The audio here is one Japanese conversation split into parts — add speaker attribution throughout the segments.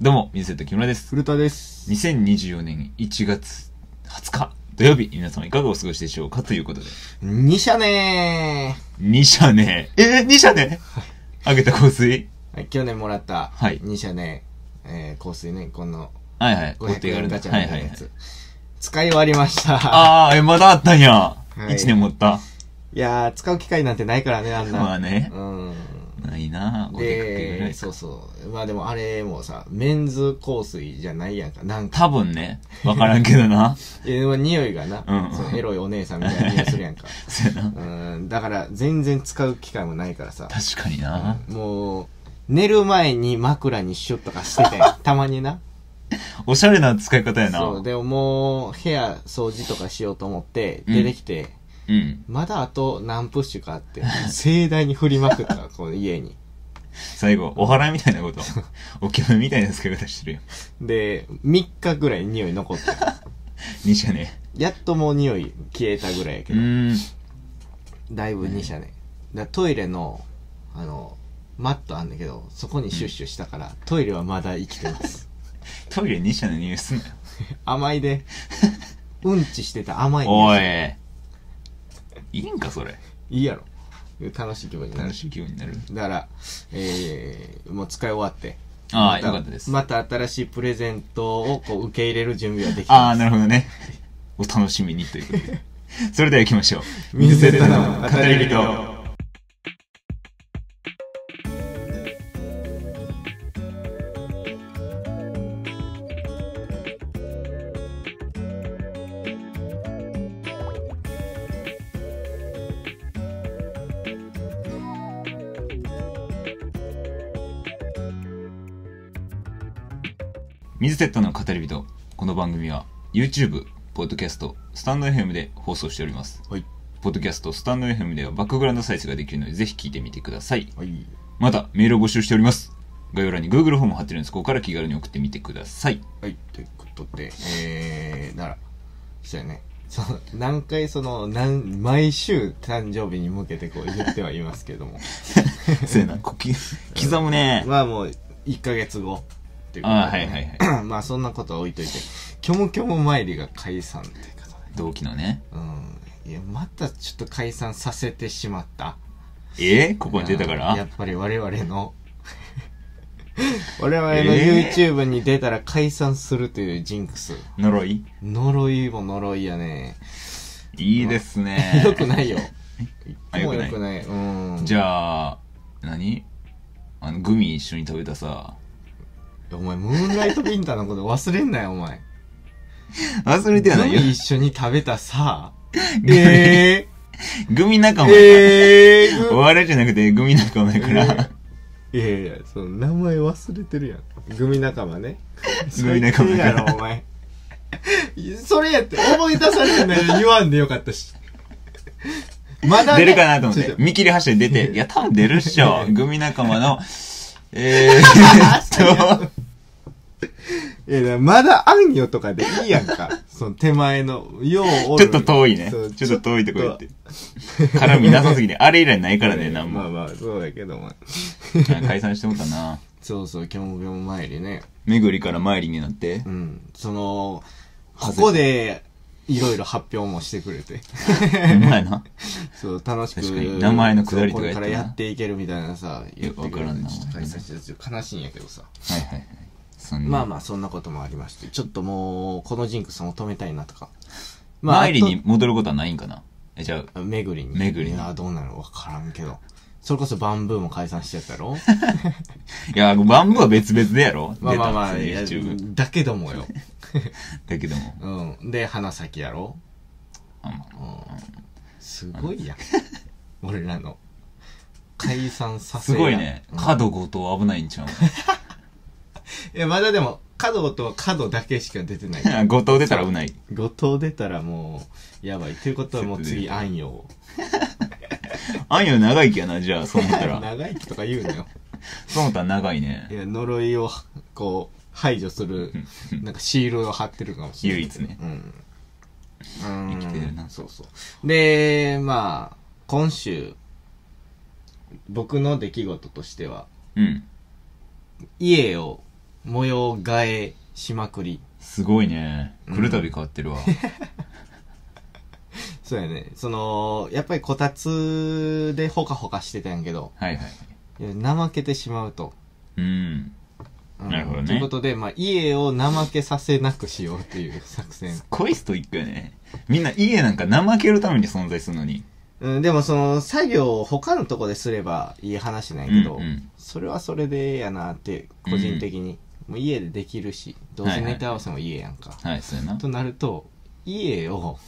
Speaker 1: どうも、水瀬と木村です。
Speaker 2: 古田です。
Speaker 1: 2024年1月20日土曜日、皆様いかがお過ごしでしょうかということで。
Speaker 2: 二社ね
Speaker 1: 2社ね。えー、2社ねあげた香水
Speaker 2: ーはい、去年もらった、
Speaker 1: はい
Speaker 2: 二社ねえー、香水ね、この
Speaker 1: はいはい。お手
Speaker 2: 500
Speaker 1: 軽
Speaker 2: 円
Speaker 1: な。
Speaker 2: ガチャ
Speaker 1: は
Speaker 2: み
Speaker 1: い
Speaker 2: た
Speaker 1: はいいはい
Speaker 2: なやつ。。使い終わりました。
Speaker 1: あー、え、まだあったんや。
Speaker 2: い
Speaker 1: 1年持った。
Speaker 2: いやー、使う機会なんてないからね、あんな。
Speaker 1: まあね。
Speaker 2: うん。
Speaker 1: ないなぁ。500円ぐら
Speaker 2: で、
Speaker 1: い
Speaker 2: そ
Speaker 1: か
Speaker 2: う。そう。まあでもあれもさ、メンズ香水じゃないやんか。なんか、
Speaker 1: 多分ね、わからんけどな。
Speaker 2: えーまあ匂いがな、
Speaker 1: うん
Speaker 2: そのエロいお姉さんみたいな匂いするやんか。
Speaker 1: そうやな。
Speaker 2: うん、だから全然使う機会もないからさ。
Speaker 1: 確かにな。
Speaker 2: もう、寝る前に枕にシュッとかしてて、たまにな。
Speaker 1: おしゃれな使い方やな。
Speaker 2: そう、でももう、部屋掃除とかしようと思って、
Speaker 1: うん
Speaker 2: 出てきて、
Speaker 1: うん。
Speaker 2: まだあと何プッシュかあって、盛大に振りまく った、この家に。
Speaker 1: 最後、お祓いみたいなこと。お清めみたいな使い方してるよ。
Speaker 2: で、3日ぐらい匂い残って、
Speaker 1: 2社ね。
Speaker 2: やっともう匂い消えたぐらいや
Speaker 1: う
Speaker 2: けど、
Speaker 1: ーん。
Speaker 2: だいぶ2社ね。だからトイレの、あの、マットあんだけど、そこにシュッシュしたから、トイレはまだ生き てます。
Speaker 1: トイレ2社の匂いすんなよ。
Speaker 2: 甘いで、うんちしてた甘い匂
Speaker 1: お
Speaker 2: い
Speaker 1: い。いいんか、それ。
Speaker 2: いいやろ。楽しい気分にな
Speaker 1: 楽
Speaker 2: る。
Speaker 1: しい気分になる。
Speaker 2: だから、えー、もう使い終わって。
Speaker 1: ああ、
Speaker 2: また
Speaker 1: よかったです。
Speaker 2: また新しいプレゼントをこう受け入れる準備ができ
Speaker 1: あ
Speaker 2: た
Speaker 1: あ、
Speaker 2: んで
Speaker 1: なるほどね。お楽しみにということ で。それでは行きましょう。
Speaker 2: 水瀬
Speaker 1: 瀬
Speaker 2: と
Speaker 1: と
Speaker 2: の
Speaker 1: の
Speaker 2: 語
Speaker 1: 語
Speaker 2: り
Speaker 1: り
Speaker 2: 人
Speaker 1: 人。水瀬との語り人。この番組は YouTube、ポッドキャスト、スタンド FM で放送しております。
Speaker 2: す。はい。
Speaker 1: ポッドキャスト、スタンド FM ではバックグラウンド再生ができるので、ぜひ聞いてみてください。
Speaker 2: はい。
Speaker 1: また、メールを募集しております。概要欄に Google フォームを貼ってるんです。ここから気軽に送ってみてください。
Speaker 2: はい。ということで、えー、だから、そうやね。その、何回その、なん、毎週誕生日に向けてこう言ってはいますけ ども。
Speaker 1: そうやな、こき、刻むね。
Speaker 2: まあもう、1ヶ月後。っていうことで
Speaker 1: あーはいはい
Speaker 2: はい。 まあそんなことは置いといて、キョムキョム参りが解散ってことで。
Speaker 1: 同期のね。
Speaker 2: うん。いや、またちょっと解散させてしまった。
Speaker 1: えーここに出たか
Speaker 2: やっ
Speaker 1: ら
Speaker 2: ぱり我々の我々の
Speaker 1: えー
Speaker 2: YouTube に出たら解散するというジンクス
Speaker 1: 呪い
Speaker 2: 呪いも呪いやね。
Speaker 1: いいですね
Speaker 2: よくないよ
Speaker 1: あ
Speaker 2: もう
Speaker 1: よ
Speaker 2: よ
Speaker 1: く
Speaker 2: くないうん
Speaker 1: じゃあ、何あの、グミ一緒に食べたさ。
Speaker 2: お前ムーンライトビンタのこと忘れんなよお前
Speaker 1: 忘れてはないよ
Speaker 2: グ。ミ一緒に食べ たさ
Speaker 1: グミ
Speaker 2: え
Speaker 1: グミ仲
Speaker 2: ー、
Speaker 1: 間やか
Speaker 2: えー、
Speaker 1: ら。お
Speaker 2: グ
Speaker 1: 笑いじゃなくて、グミ仲間やから。
Speaker 2: いやいやその名前忘れてるやんグミ仲 間ね
Speaker 1: グミ仲間
Speaker 2: 最低やろお前それやって思い出されるなら言わんでよかったしまだ、
Speaker 1: 出るかなと思っ
Speaker 2: ちょ
Speaker 1: て
Speaker 2: っ。
Speaker 1: 見切り発車で出て、いや、多分出るっしょ。グミ仲間の、え ー、っと、
Speaker 2: いやいやまだあんよとかでいいやんかその手前のようお
Speaker 1: ち
Speaker 2: る
Speaker 1: ょっと遠いね
Speaker 2: そう。
Speaker 1: ちょっと遠いとこ行って。絡みなさすぎて、あれ以来ないから ね、なん
Speaker 2: まあ
Speaker 1: も。
Speaker 2: まあそうやけどまあ
Speaker 1: あ解散してもたな。
Speaker 2: そうそうキョンビョン参りね
Speaker 1: 巡りから参りになって
Speaker 2: う。んそのここでいろいろ発表もしてくれて
Speaker 1: お前な。
Speaker 2: そう、楽しく。
Speaker 1: 確かに名前の下りとか
Speaker 2: そ
Speaker 1: や
Speaker 2: うこれ
Speaker 1: ったな
Speaker 2: からやっていけるみたいなさ、言ってくれ
Speaker 1: わからん
Speaker 2: て
Speaker 1: な
Speaker 2: ちょっと解散して、ちょっと悲しいんやけどさ。
Speaker 1: はいはいはい。そんな
Speaker 2: まあまあ、そんなこともありまして、ちょっともう、このジンクスを止めたいなとか。
Speaker 1: 参りに。戻ることはないんかなえ、じゃあ、
Speaker 2: あと巡りに。
Speaker 1: 巡りに
Speaker 2: いや、どうなのわからんけど。それこそバンブーも解散しちゃった やろ
Speaker 1: いや、バンブーは別々でやろ
Speaker 2: まあまあまあ、い
Speaker 1: 出た
Speaker 2: や
Speaker 1: んですよ YouTube。
Speaker 2: だけどもよ。
Speaker 1: だけども。
Speaker 2: うん。で、花咲やろ
Speaker 1: あまあ
Speaker 2: すご いやん。俺らの。解散させ
Speaker 1: す
Speaker 2: やん
Speaker 1: ごいね。角後藤危ないんちゃう
Speaker 2: いや、まだでも、角と角だけしか出てない。
Speaker 1: 後藤出たら危ない。
Speaker 2: 後藤出たらもう、やばい。ということはもう次、あんよ。
Speaker 1: あんよ長生きやな、じゃあ、そう思った ら。
Speaker 2: 長生きとか言うなよ。
Speaker 1: そう思ったら長いね
Speaker 2: い。や、呪いを、こう、排除する、なんかシールを貼ってるかもしれない。
Speaker 1: 唯一ね
Speaker 2: うん。うん。
Speaker 1: 生きてるな
Speaker 2: そうそう。で、まあ、今週、僕の出来事としては、
Speaker 1: うん。
Speaker 2: 家を模様替えしまくり
Speaker 1: すごいね。
Speaker 2: うん
Speaker 1: 来るたび変わってるわ。
Speaker 2: そうやねそのやっぱりこたつでほかほかしてたんやけど
Speaker 1: はいはい。
Speaker 2: いや怠けてしまうと、
Speaker 1: うん。
Speaker 2: うん
Speaker 1: なるほどね
Speaker 2: ということで、まあ、家を怠けさせなくしようっていう作戦
Speaker 1: すごいストイックやね。みんな家なんか怠けるために存在するのに。
Speaker 2: うん、でもその作業を他のとこですればいい話な
Speaker 1: う
Speaker 2: んやけど、
Speaker 1: んうん。
Speaker 2: それはそれでやなって個人的に、もう家でできるしどうせネタ合わせも家やんか、
Speaker 1: はい、そうやな。
Speaker 2: となると家を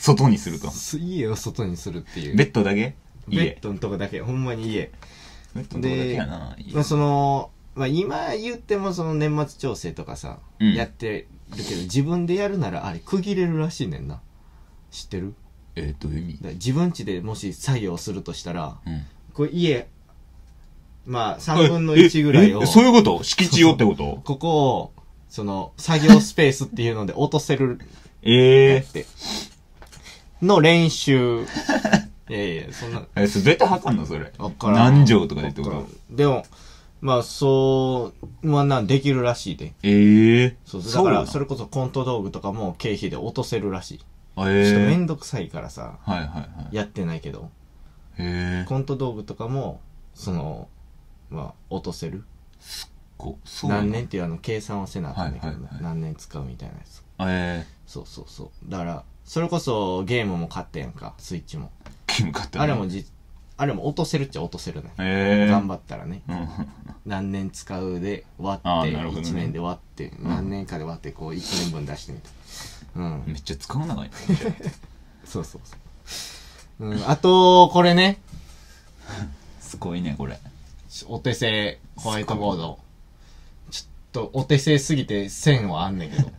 Speaker 1: 外にすると。
Speaker 2: す家を外にするっていう
Speaker 1: ベッドだけ
Speaker 2: ベ
Speaker 1: 家
Speaker 2: ッ。ドのとこだけほんまに家
Speaker 1: ベッドのとこだけやな。家
Speaker 2: まあその、まあ、今言ってもその年末調整とかさ、
Speaker 1: うん
Speaker 2: やってるけど自分でやるならあれ区切れるらしいねんな知ってる
Speaker 1: えー、どういう意味
Speaker 2: だから自分家でもし作業するとしたら
Speaker 1: うん。
Speaker 2: これ家まあ3分の1ぐらいを
Speaker 1: えええそういうこと敷地をってこと
Speaker 2: ここをその作業スペースっていうので落とせる
Speaker 1: ええ
Speaker 2: っての練 習いやいやそんな
Speaker 1: え、それ絶対測んのそれ。
Speaker 2: わからん
Speaker 1: 何畳とかでってこ
Speaker 2: わ
Speaker 1: と
Speaker 2: からんでもまあそうまあなんできるらしいで
Speaker 1: ええ
Speaker 2: そうだからそ
Speaker 1: れ。
Speaker 2: れこそコント道具とかも経費で落とせるらしい、
Speaker 1: あ
Speaker 2: ちょっとめ
Speaker 1: ええ
Speaker 2: んどくさいからさ
Speaker 1: はいはいはい。
Speaker 2: やってないけど
Speaker 1: ええ
Speaker 2: コント道具とかもそのまあ落とせる
Speaker 1: こう、そうなん
Speaker 2: 何
Speaker 1: だ。
Speaker 2: 年っていうあの計算はせなあかんねんけど、
Speaker 1: はいはいはい
Speaker 2: 何年使うみたいなやつ
Speaker 1: ええ
Speaker 2: そうそうそうだからそれこそゲームも買ってやんかスイッチも
Speaker 1: キム買ったね
Speaker 2: あれもじあれも落とせるっちゃ落とせるね、
Speaker 1: ええ
Speaker 2: 頑張ったらね
Speaker 1: うん。
Speaker 2: 何年使うで割って、
Speaker 1: あーなるほどね
Speaker 2: 1年で割って何年かで割ってこう1年分出してみたうん
Speaker 1: めっちゃ使わなかった。
Speaker 2: そうそうそう、うん、あとこれね
Speaker 1: すごいね、これ。
Speaker 2: お手製ホワイトボードちょっとお手製すぎて線はあんねんけど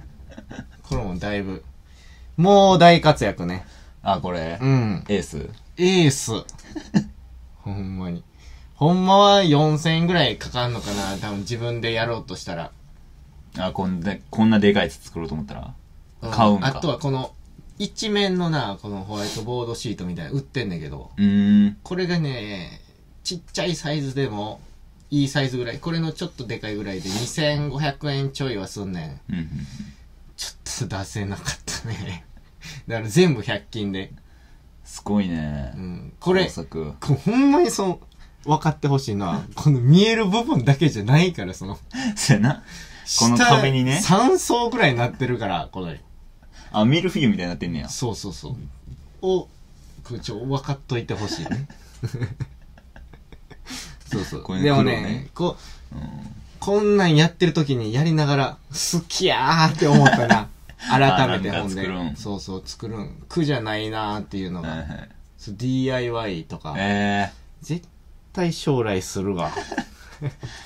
Speaker 2: これもだいぶもう大活躍ね
Speaker 1: あ、これ
Speaker 2: う。ん
Speaker 1: エース。
Speaker 2: エースほんまにほんまは4000円ぐらいかかんのかな多分自分でやろうとしたら
Speaker 1: あ、こんな、こんなでかいやつ作ろうと思ったら。買うんか
Speaker 2: あとはこの一面のなこのホワイトボードシートみたいなの売ってんだけど
Speaker 1: うーん。
Speaker 2: これがねちっちゃいサイズでもいいサイズぐらいこれのちょっとでかいぐらいで2500円ちょいはすんねん
Speaker 1: うんうんうん。
Speaker 2: ちょっと出せなかったね だから全部100均で、
Speaker 1: すごいね
Speaker 2: う。ん、これ
Speaker 1: 工作
Speaker 2: こうほんまにその分かってほしいのはこの見える部分だけじゃないからその
Speaker 1: そうやな。この壁にね
Speaker 2: 3層ぐらいになってるからこれ
Speaker 1: あ、ミルフィーユみたいになってんねや。
Speaker 2: そうそうそう。を、これちょ、分かっといてほし いね。そうそ
Speaker 1: こ
Speaker 2: う。
Speaker 1: れね
Speaker 2: でも
Speaker 1: 苦労
Speaker 2: ね
Speaker 1: ね、
Speaker 2: こ
Speaker 1: うん。
Speaker 2: こんなんやってる時にやりながら、好きやーって思っ たな。改めて
Speaker 1: あーなんか
Speaker 2: ほんで
Speaker 1: 作るん。
Speaker 2: そうそう、作るん。苦じゃないなーっていうの
Speaker 1: はい
Speaker 2: が。
Speaker 1: はい。
Speaker 2: そう DIY とか。
Speaker 1: ええ
Speaker 2: 絶対将来するわ。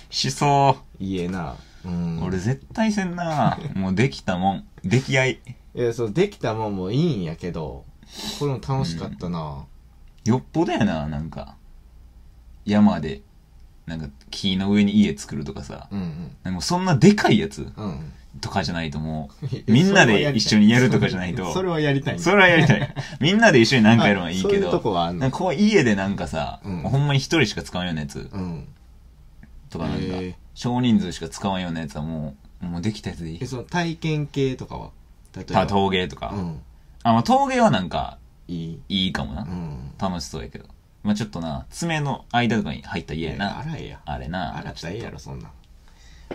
Speaker 1: しそう。
Speaker 2: いいえな。うん。
Speaker 1: 俺絶対せん なもうできたもん。出来合い。
Speaker 2: いや、そう、できたもんもいいんやけど、これも楽しかったな。
Speaker 1: よっぽどやな、なんか。山で、なんか木の上に家作るとかさ。
Speaker 2: うん
Speaker 1: なんかそんなでかいやつ
Speaker 2: うん。うん。
Speaker 1: とかじゃないとも
Speaker 2: いや
Speaker 1: う、みんなで一緒にやるとかじゃないと。
Speaker 2: それはやりた い。
Speaker 1: それはやりた い。みんなで一緒に何かやるのはいい
Speaker 2: あそう
Speaker 1: け
Speaker 2: いうと
Speaker 1: ど。
Speaker 2: こはあん
Speaker 1: なん
Speaker 2: の。
Speaker 1: かこう家でなんかさ、
Speaker 2: うん
Speaker 1: ほんまに一人しか使わんようなやつ
Speaker 2: うん。
Speaker 1: とかなんか
Speaker 2: へえ、
Speaker 1: 少人数しか使わんようなやつはもう、もうできたやつでいい
Speaker 2: え、。その体験系とかは例えば。
Speaker 1: た陶芸とか。
Speaker 2: うん。
Speaker 1: あ、まあ陶芸はなんか
Speaker 2: いい。
Speaker 1: いいかもな。
Speaker 2: うん。
Speaker 1: 楽しそうやけど。まあちょっとな、爪の間とかに入った家や
Speaker 2: え
Speaker 1: な。
Speaker 2: 洗いや。
Speaker 1: あれな。
Speaker 2: 洗ったらええやろ、そんなん。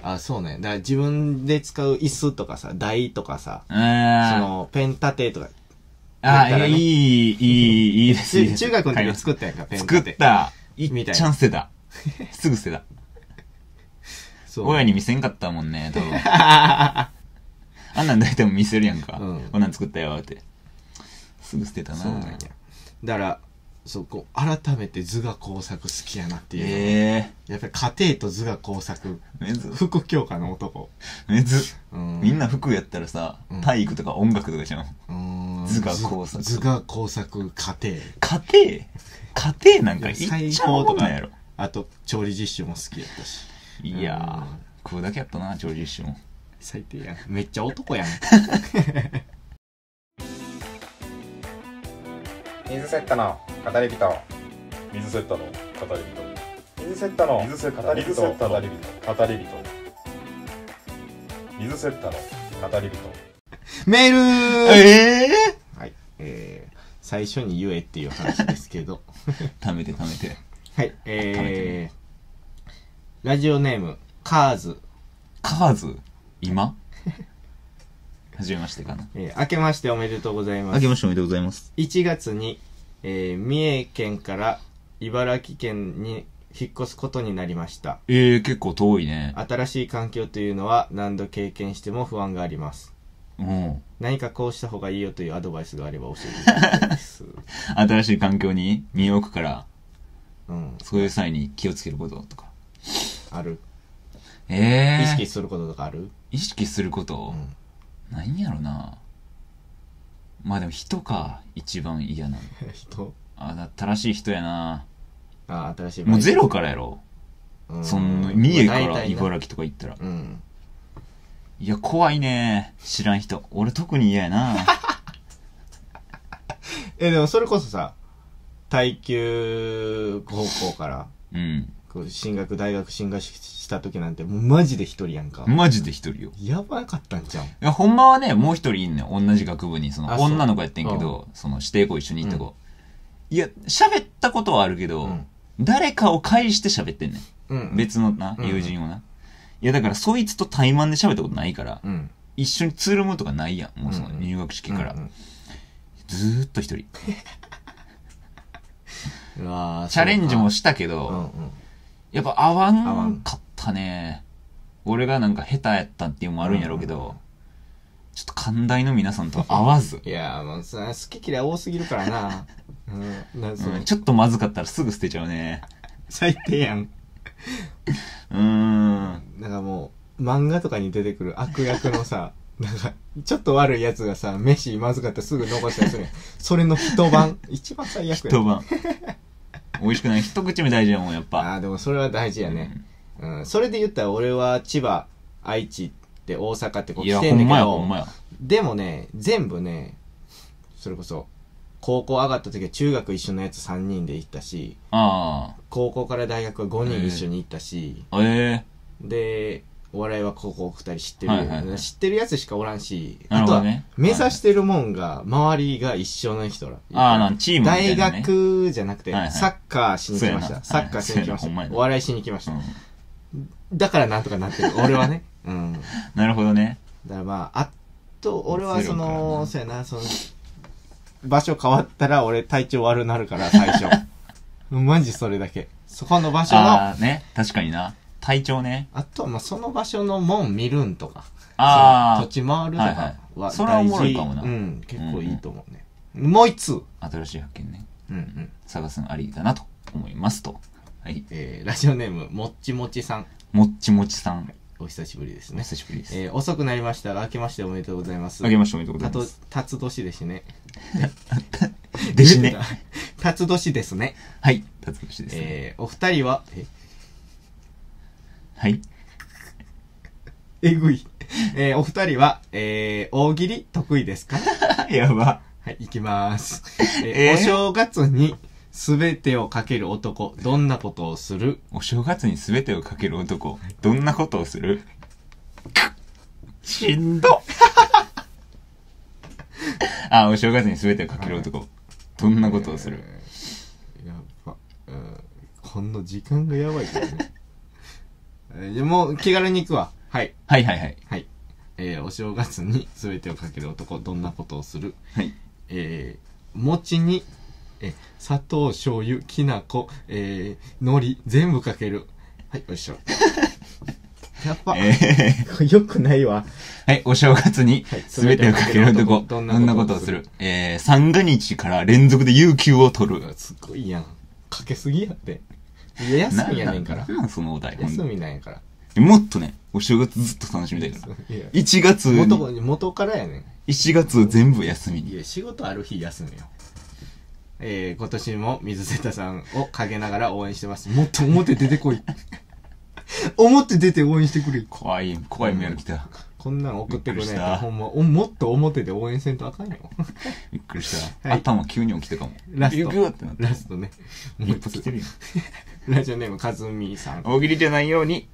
Speaker 2: あ、そうね。だから自分で使う椅子とかさ、台とかさ、
Speaker 1: う
Speaker 2: そ
Speaker 1: ーん。
Speaker 2: の、ペン立てとか。
Speaker 1: あ、
Speaker 2: 言ったらね
Speaker 1: いい、いい、いいです。いいで
Speaker 2: 中
Speaker 1: す
Speaker 2: 中学の時に
Speaker 1: 買
Speaker 2: 作ったやんか、ペ
Speaker 1: い
Speaker 2: ン
Speaker 1: ま
Speaker 2: 立
Speaker 1: す作
Speaker 2: て。
Speaker 1: った。い
Speaker 2: みた
Speaker 1: っ
Speaker 2: いな
Speaker 1: ちゃん捨てた。すぐ捨てた。
Speaker 2: そう。
Speaker 1: 親に見せんかったもんね、 多分。あんなん大体も見せるやんか。
Speaker 2: うん
Speaker 1: こんなん作ったよって。すぐ捨てたな。
Speaker 2: そうなんや。だから、そう、こう、改めて図画工作好きやなっていうの。
Speaker 1: え
Speaker 2: やっぱり家庭と図画工作。
Speaker 1: えめず、
Speaker 2: 副教科の男。
Speaker 1: めず。
Speaker 2: うん
Speaker 1: みんな服やったらさ
Speaker 2: うん、
Speaker 1: 体育とか音楽とかじゃん。
Speaker 2: うーん
Speaker 1: 図画工作
Speaker 2: 図図画工作家庭
Speaker 1: 家庭家庭なんかいっ
Speaker 2: 最
Speaker 1: ちゃ
Speaker 2: 高
Speaker 1: う
Speaker 2: と
Speaker 1: と
Speaker 2: か
Speaker 1: かやろ。
Speaker 2: あと調理実習も好きやったし
Speaker 1: いや
Speaker 2: うん
Speaker 1: ー、これだけやったな、調理師も。
Speaker 2: 最低やんめっちゃ男やん
Speaker 3: 水セットの語り人
Speaker 4: 水セッタの語り人
Speaker 3: 水セットの
Speaker 4: 水セッタの
Speaker 3: 語り人
Speaker 4: 語り人語り人
Speaker 3: 水セッタの語り人
Speaker 2: メールー
Speaker 1: ええ
Speaker 2: はい。えー、最初に言えっていう話ですけど。
Speaker 1: 貯めて貯めて。
Speaker 2: はい。
Speaker 1: 食べて
Speaker 2: えー、ラジオネーム、カーズ。
Speaker 1: カーズ、今 初めましてかな。
Speaker 2: えー、明けましておめでとうございます。
Speaker 1: あけましておめでとうございます。
Speaker 2: 1月に、えー三重県から茨城県に引っ越すことになりました
Speaker 1: ええ結構遠いね。
Speaker 2: 新しい環境というのは何度経験しても不安があります
Speaker 1: うん。
Speaker 2: 何かこうした方がいいよというアドバイスがあれば教えていただきたい です、
Speaker 1: 新しい環境に身を置くから、
Speaker 2: うん、
Speaker 1: そういう際に気をつけることとか。
Speaker 2: ある
Speaker 1: ええ
Speaker 2: 意識することとかある、
Speaker 1: 意識するこ
Speaker 2: う
Speaker 1: と、
Speaker 2: ん、
Speaker 1: なん、やろな。まあでも人か、一番嫌なの。
Speaker 2: 人
Speaker 1: あ、新しい人やな。
Speaker 2: あ新しい
Speaker 1: もうゼロからやろ。
Speaker 2: う
Speaker 1: その、三重か
Speaker 2: まあ
Speaker 1: ら
Speaker 2: 大体な
Speaker 1: 茨城とか行ったら。
Speaker 2: うん
Speaker 1: いや、怖いね。知らん人。俺特に嫌や な。
Speaker 2: えでもそれこそさ耐久高校から
Speaker 1: うん。
Speaker 2: こう進学大学進学した時なんてもうマジで一人やんか、
Speaker 1: マジで一人よ。
Speaker 2: やばかったんじゃん
Speaker 1: いや、ほんまはね、もう一人いんねん。同じ学部に、その、
Speaker 2: あそう
Speaker 1: 女の子やってんけど、その、指定校一緒に行った子。いや、喋ったことはあるけど、
Speaker 2: うん
Speaker 1: 誰かを介して喋ってんね
Speaker 2: うん
Speaker 1: ん。別のな、
Speaker 2: うん
Speaker 1: 友人をな。いや、だから、そいつと対マンで喋ったことないから、
Speaker 2: うん
Speaker 1: 一緒につるむとかないやん。もうその、
Speaker 2: うんうん
Speaker 1: 入学式から。
Speaker 2: うん
Speaker 1: ずーっと一人。
Speaker 2: うんうわー
Speaker 1: チャレンジも
Speaker 2: そ
Speaker 1: したけ
Speaker 2: うか
Speaker 1: ど、
Speaker 2: うんうん
Speaker 1: やっぱ合わ
Speaker 2: 合わん
Speaker 1: んかったね。俺がなんか下手やったっていうのもあるんやろうけど、
Speaker 2: うんうんうん
Speaker 1: ちょっと寛大の皆さんとは合わず、
Speaker 2: いやーもうさ好き嫌い多すぎるから なうんなんその
Speaker 1: うんちょっとまずかったらすぐ捨てちゃうね。
Speaker 2: 最低やん
Speaker 1: うーん。
Speaker 2: なんかもう漫画とかに出てくる悪役 のさなんかちょっと悪いやつがさ飯まずかったらすぐ残したりするやんそれの一晩一番最悪や
Speaker 1: 一
Speaker 2: ん
Speaker 1: 晩。美味しくない。一口目大事やもん、やっぱ。
Speaker 2: あーでもそれは大事やね、うん、それで言ったら俺は千葉愛知って大阪ってこう
Speaker 1: いや、ほ
Speaker 2: 来てんだ
Speaker 1: ん
Speaker 2: け
Speaker 1: まや、
Speaker 2: ど
Speaker 1: ほんまや。
Speaker 2: でもね、全部ね、それこそ、高校上がった時は中学一緒のやつ3人で行ったし、
Speaker 1: あ
Speaker 2: 高校から大学は5人一緒に行ったし、
Speaker 1: あ。え
Speaker 2: で、お笑いは高校2人知ってる、
Speaker 1: はいはいはい
Speaker 2: 知ってるやつしかおらんし、
Speaker 1: な
Speaker 2: あ
Speaker 1: る
Speaker 2: と
Speaker 1: ほど
Speaker 2: は
Speaker 1: ね
Speaker 2: 目指してるもんが、周りが一緒の人ら。
Speaker 1: えああ、なん、チームみたいな、
Speaker 2: 大
Speaker 1: ね。
Speaker 2: 学じゃなくて、
Speaker 1: はいはい
Speaker 2: サッカーしに来まし
Speaker 1: そうや
Speaker 2: た。
Speaker 1: な
Speaker 2: サッカーしに来まし
Speaker 1: はいそうやなほんまや
Speaker 2: た。
Speaker 1: な
Speaker 2: お笑いしに来ました。
Speaker 1: うん
Speaker 2: だからなんとか なってる。俺はね。うん。
Speaker 1: なるほどね。
Speaker 2: だからまあ、あと、俺はその、そ
Speaker 1: ゼ
Speaker 2: うやな、その、場所変わったら俺体調悪なるから、最 初。マジそれだけ。そこの場所の、あ
Speaker 1: ああ、ね。確かにな。体調ね。
Speaker 2: とはまあその場所の門見るんとか、
Speaker 1: ああ
Speaker 2: その土地回るとかは
Speaker 1: はいはい
Speaker 2: 大事、
Speaker 1: それはおもろいかもな
Speaker 2: うん、結構いいと思うね。もう一通。
Speaker 1: 新しい発見ね。
Speaker 2: うんうん。
Speaker 1: 探すのありだなと思いますと。はい。
Speaker 2: えー、ラジオネーム、もっちもちさん。
Speaker 1: もっちもちさん。
Speaker 2: お久しぶりです
Speaker 1: お
Speaker 2: ね。
Speaker 1: 久しぶりです。
Speaker 2: えー、遅くなりましたが、明けましておめでとうございます。
Speaker 1: あげましょう、おめでとうござ
Speaker 2: た
Speaker 1: いま
Speaker 2: と
Speaker 1: す。、
Speaker 2: たつ年ですね。
Speaker 1: 弟子 ね。。
Speaker 2: たつ年ですね。
Speaker 1: はい。たつぶしです、ね
Speaker 2: えー、お二人は、え
Speaker 1: はい。
Speaker 2: えぐい。えー、お二人は、えー、大喜利得意ですか
Speaker 1: やば。
Speaker 2: はい、い きます。
Speaker 1: えー
Speaker 2: えーお正月に全てをかける男、どんなことをする
Speaker 1: お正月に全てをかける男、どんなことをするしんど あ、お正月に全てをかける男、どんなことをする、
Speaker 2: えーやっぱ、うん、この時間がやばいか らね。えーじゃあもう気軽に行くわ。はい。
Speaker 1: はいはいはい。
Speaker 2: はい。えー、お正月に全てをかける男、どんなことをする
Speaker 1: はい。
Speaker 2: えー、餅に、えー、砂糖、醤油、きな粉、えー、海苔、全部かける。はい、よいし ょ。やっぱ、
Speaker 1: えー、
Speaker 2: よくないわ。
Speaker 1: はい、お正月に
Speaker 2: はい
Speaker 1: 全てをかける男、
Speaker 2: ど
Speaker 1: ど
Speaker 2: ん
Speaker 1: ん
Speaker 2: なこ
Speaker 1: なこと
Speaker 2: とを
Speaker 1: をするえー、三が日から連続で有給を取
Speaker 2: う
Speaker 1: る
Speaker 2: わ。すごいやん。かけすぎやって。いや、休みやねんから
Speaker 1: な。なんそのお題、ほん
Speaker 2: 休
Speaker 1: と
Speaker 2: みなんやから。
Speaker 1: もっとね、お正月ずっと楽しみたいから。
Speaker 2: いや
Speaker 1: 1月に、
Speaker 2: 元元からやね
Speaker 1: 1月を全部休み
Speaker 2: ん。
Speaker 1: に。
Speaker 2: いや、仕事ある日休みよ。えー、今年も水瀬田さんを陰ながら応援してます。もっと表出てこ い。表出て応援してくれ。
Speaker 1: 怖い、怖いメール来た。
Speaker 2: こんなん送ってく
Speaker 1: びっく
Speaker 2: れない
Speaker 1: りし
Speaker 2: と
Speaker 1: た
Speaker 2: ほんまおもっと表で応援せんとあかんよ
Speaker 1: びっくりした。
Speaker 2: はい
Speaker 1: 頭急に起きたかも。
Speaker 2: ラスト
Speaker 1: ビュービューってなった。
Speaker 2: ラストねもう
Speaker 1: 一
Speaker 2: 一
Speaker 1: 歩来
Speaker 2: つ
Speaker 1: てるよ。
Speaker 2: ラジオネームかずみさん
Speaker 1: 大喜利じゃないように。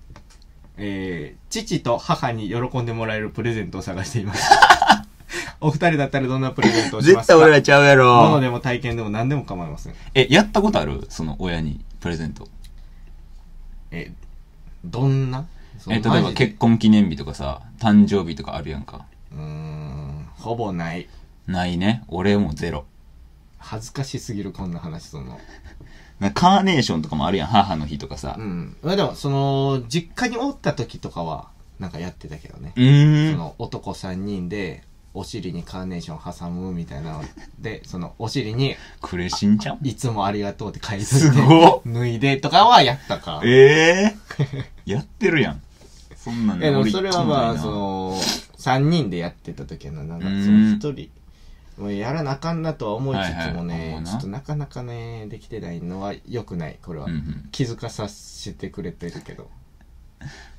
Speaker 2: えー父と母に喜んでもらえるプレゼントを探してい ます。お二人だったらどんなプレゼントをしま
Speaker 1: 絶
Speaker 2: すか
Speaker 1: 対俺らちゃうや
Speaker 2: もの
Speaker 1: ろ。
Speaker 2: でも体験でも何でも構いません。
Speaker 1: え、やったことあるその親にプレゼント。
Speaker 2: え、どんなその
Speaker 1: え、例え
Speaker 2: マ
Speaker 1: ば
Speaker 2: ジで
Speaker 1: 結婚記念日とかさ、誕生日とかあるやんか。
Speaker 2: うーん、ほぼない。
Speaker 1: ないね。俺もゼロ。
Speaker 2: 恥ずかしすぎるこんな話その
Speaker 1: なんかカーネーションとかもあるやん。母の日とかさ
Speaker 2: う。んまあでもその実家におった時とかはなんかやってたけどね、
Speaker 1: うー
Speaker 2: そ
Speaker 1: ん。
Speaker 2: の男3人でお尻にカーネーション挟むみたいなのでそのお尻に
Speaker 1: クレシンちゃ ん
Speaker 2: 「いつもありがとう」って書いて
Speaker 1: すごっ
Speaker 2: 脱いでとかはやったか
Speaker 1: ええやってるやん。そんなん
Speaker 2: えでも
Speaker 1: 俺
Speaker 2: それはま
Speaker 1: 一個もない
Speaker 2: あ
Speaker 1: な
Speaker 2: その3人でやってた時のなんかそ
Speaker 1: うん
Speaker 2: の1人もうやらなあかんなとは思いつ
Speaker 1: は
Speaker 2: つも
Speaker 1: いはい
Speaker 2: ね、
Speaker 1: 思うな
Speaker 2: ちょっとなかなかねできてないのは良くないこれは、
Speaker 1: うんうん。
Speaker 2: 気づかさせてくれてるけど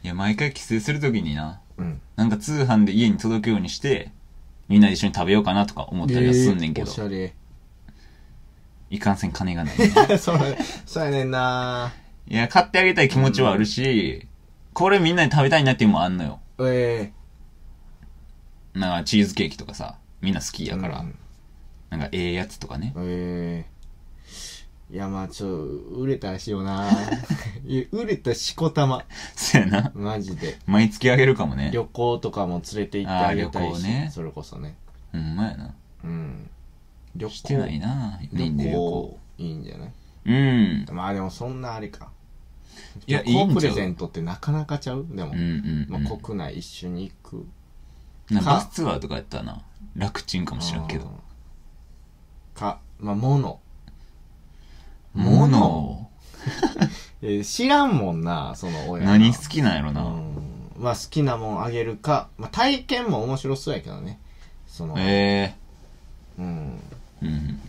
Speaker 1: いや、毎回帰省するときにな、
Speaker 2: うん
Speaker 1: なんか通販で家に届くようにして、みんなで一緒に食べようかなとか思ったりはすんねんけど
Speaker 2: えー、おしゃれ
Speaker 1: いかんせん金がない。
Speaker 2: それそうやねんない
Speaker 1: や、買ってあげたい気持ちはあるし、これみんなで食べたいなっていうのもあんのよ。
Speaker 2: え
Speaker 1: なんかチーズケーキとかさ、みんな好き
Speaker 2: え
Speaker 1: やから、
Speaker 2: うん
Speaker 1: なんかええやつとかね。
Speaker 2: ええいやまあちょ売れたらしような いや売れたしこたま
Speaker 1: そうやな。
Speaker 2: マジで
Speaker 1: 毎月あげるかもね。
Speaker 2: 旅行とかも連れて行ってあげた
Speaker 1: あー旅
Speaker 2: い
Speaker 1: 行
Speaker 2: し、
Speaker 1: ね
Speaker 2: それこそね
Speaker 1: ほんまやな。
Speaker 2: うん旅行
Speaker 1: してないな。
Speaker 2: 旅
Speaker 1: いい
Speaker 2: 行
Speaker 1: んだよ旅行。
Speaker 2: いいんじゃない
Speaker 1: うん。
Speaker 2: まあでもそんなあれか
Speaker 1: いや
Speaker 2: 旅行
Speaker 1: いいんちゃう
Speaker 2: プレゼントってなかなかちゃうでも、
Speaker 1: うんうん、うん
Speaker 2: まあ、国内一緒に行く
Speaker 1: なんか
Speaker 2: か
Speaker 1: バスツアーとかやったらな、楽ちんかもしらんけど。
Speaker 2: うんかまあ物
Speaker 1: もの、
Speaker 2: えー知らんもんなその親が
Speaker 1: 何好きなんやろ
Speaker 2: う
Speaker 1: な。
Speaker 2: んまあ好きなもんあげるか、まあ、体験も面白そうやけどねその、
Speaker 1: え
Speaker 2: うん
Speaker 1: えうん。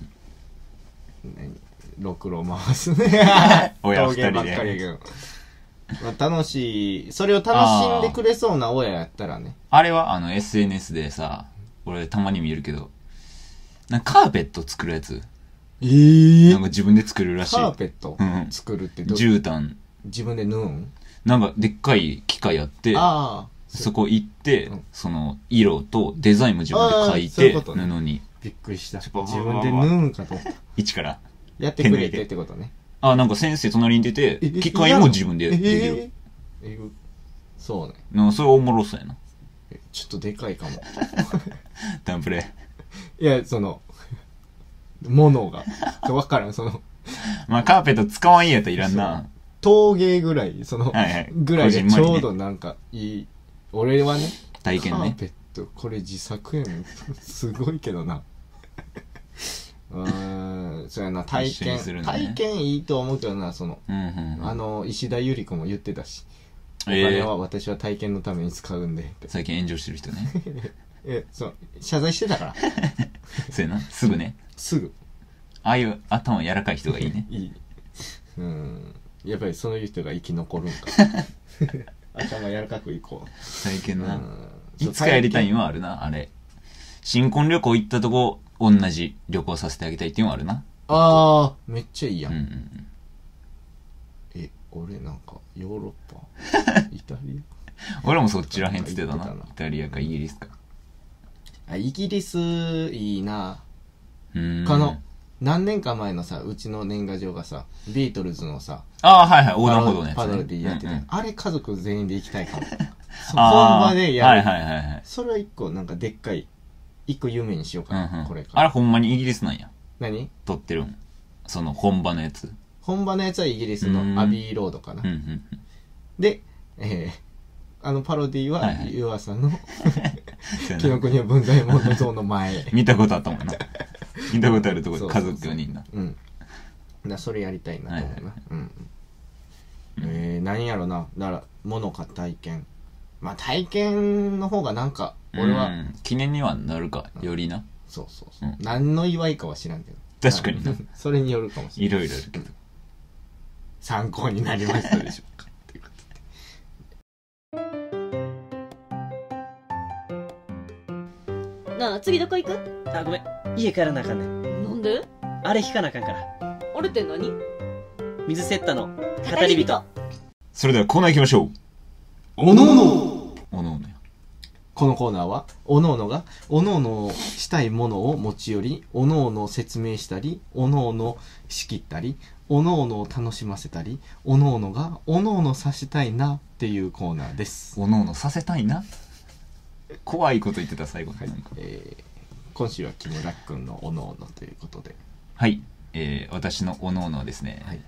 Speaker 2: 何ろくろ回す ね
Speaker 1: 親
Speaker 2: 陶芸ばっかりやけど、まあ、楽しいそれを楽しんでくれそうな親やったらね
Speaker 1: あれはあの SNS でさ、俺たまに見るけど、なんかカーペット作るやつ。
Speaker 2: え
Speaker 1: なんか自分で作るらしい。
Speaker 2: カーペット
Speaker 1: うん
Speaker 2: 作るってど
Speaker 1: 絨毯。
Speaker 2: 自分で縫うん
Speaker 1: なんかでっかい機械やって、
Speaker 2: ああ
Speaker 1: そこ行って、
Speaker 2: うん
Speaker 1: その色とデザインも自分で書い
Speaker 2: あーそうい
Speaker 1: て、
Speaker 2: うこと
Speaker 1: 布
Speaker 2: ね
Speaker 1: に。
Speaker 2: びっくりした
Speaker 1: ちょっと
Speaker 2: 自分で縫うんかと思った
Speaker 1: 一から。
Speaker 2: やってくれてってことね
Speaker 1: あ、なんか先生隣に出て、機械も自分でできる。
Speaker 2: えーえぐそうね
Speaker 1: なんかそれおもろそうやな。
Speaker 2: えちょっとでかいかも
Speaker 1: ダンプレ。
Speaker 2: いやその ものが分からんその
Speaker 1: まあカーペット使わんやったらいらんな。
Speaker 2: 陶芸ぐらいその、
Speaker 1: はいはい
Speaker 2: ぐらい
Speaker 1: こじ
Speaker 2: で
Speaker 1: んま
Speaker 2: ち
Speaker 1: りね
Speaker 2: ょうどなんかいい俺はね
Speaker 1: 体験
Speaker 2: カー
Speaker 1: ね。
Speaker 2: ペットこれ自作やん すごいけ どなうーんそうやな体
Speaker 1: 一緒にす
Speaker 2: 験、
Speaker 1: るのね
Speaker 2: 体験いいと思うけどなその、
Speaker 1: うんうんうん。
Speaker 2: あの石田ゆり子も言ってたしお
Speaker 1: ええ
Speaker 2: 金は私は体験のために使うんでって、
Speaker 1: 最近炎上してる人ね。
Speaker 2: えそう謝罪してたから
Speaker 1: そうやな。すぐね。
Speaker 2: すぐ
Speaker 1: ああいう頭柔らかい人がいいね。
Speaker 2: いいうんやっぱりそういう人が生き残 るんか頭柔らかくいこ
Speaker 1: 体
Speaker 2: う
Speaker 1: 験な。
Speaker 2: うん
Speaker 1: いつかやりたい
Speaker 2: そう体験
Speaker 1: んはあるな、あれ。新婚旅行行ったとこ、同じ旅行させてあげたいっていうのはあるな。
Speaker 2: ああめっちゃいいや
Speaker 1: うん
Speaker 2: ん、
Speaker 1: うんうん。
Speaker 2: え俺なんかヨーロッ パイタリ
Speaker 1: 俺もそっちらへんつってたな。
Speaker 2: 行ってたな
Speaker 1: イタリアかイギリスか。
Speaker 2: アあイギリスいいな
Speaker 1: うーん。
Speaker 2: この、何年か前のさうちの年賀状がさビートルズのさ
Speaker 1: ああ、はいはい、横
Speaker 2: パ
Speaker 1: 断
Speaker 2: ロ
Speaker 1: 歩道のやつ、ね。
Speaker 2: パロディやって
Speaker 1: うん
Speaker 2: た
Speaker 1: う
Speaker 2: や
Speaker 1: ん
Speaker 2: んあれ家族全員で行きたい かもそ
Speaker 1: あ
Speaker 2: 本
Speaker 1: あ
Speaker 2: 場でやる、
Speaker 1: はいはいはいはい。
Speaker 2: それは一個なんかでっかい一個夢にしようかな、
Speaker 1: うんうん、
Speaker 2: これか
Speaker 1: あれ
Speaker 2: ら
Speaker 1: ほんまにイギリスなんや。
Speaker 2: 何
Speaker 1: 撮ってるん。その本場のやつ。
Speaker 2: 本場のやつはイギリス
Speaker 1: うん
Speaker 2: のアビーロードかな
Speaker 1: うんうんうん。
Speaker 2: で、えー、あのパロディは
Speaker 1: はいはい
Speaker 2: 湯浅の
Speaker 1: そう
Speaker 2: 「
Speaker 1: や
Speaker 2: 紀
Speaker 1: な
Speaker 2: ノ国屋文左衛門の像の前」
Speaker 1: 見たことあったもんな。見たことあるとこ
Speaker 2: そ
Speaker 1: で
Speaker 2: う
Speaker 1: 家
Speaker 2: そうそう
Speaker 1: 族4人な。
Speaker 2: うん。だそれやりたいなと思うな。
Speaker 1: はい
Speaker 2: うん。えー、何やろな。だから、物か体験。まあ、体験の方がなんか、俺は、
Speaker 1: うん記念にはなるか、よりな。
Speaker 2: そうそうそう、
Speaker 1: うん
Speaker 2: 何の祝いかは知らんけど。
Speaker 1: 確かにな
Speaker 2: うん。それによるかもしれな
Speaker 1: い
Speaker 2: い。
Speaker 1: ろいろあるけど。
Speaker 2: 参考になりましたでしょうか。ということで
Speaker 4: なあ次どこ行く
Speaker 5: あごめん家帰らなあかんねん
Speaker 4: なんで
Speaker 5: あれ引かなあかんから
Speaker 4: あれって何
Speaker 5: 水セッタの語り人
Speaker 1: それではコーナー行きましょう。
Speaker 2: おのおの
Speaker 1: おのおのや
Speaker 2: このコーナーは、おのおのが、おのおのしたいものを持ち寄り、おのおの説明したり、おのおの仕切ったり、おのおのを楽しませたり、おのおのが、おのおのさせたいなっていうコーナーです。
Speaker 1: おのおのさせたいな怖いこと言ってた最後になんか
Speaker 2: えー今週は木村くんのおのおのということで。
Speaker 1: はい、えー、私のおのおのはですね、
Speaker 2: はい。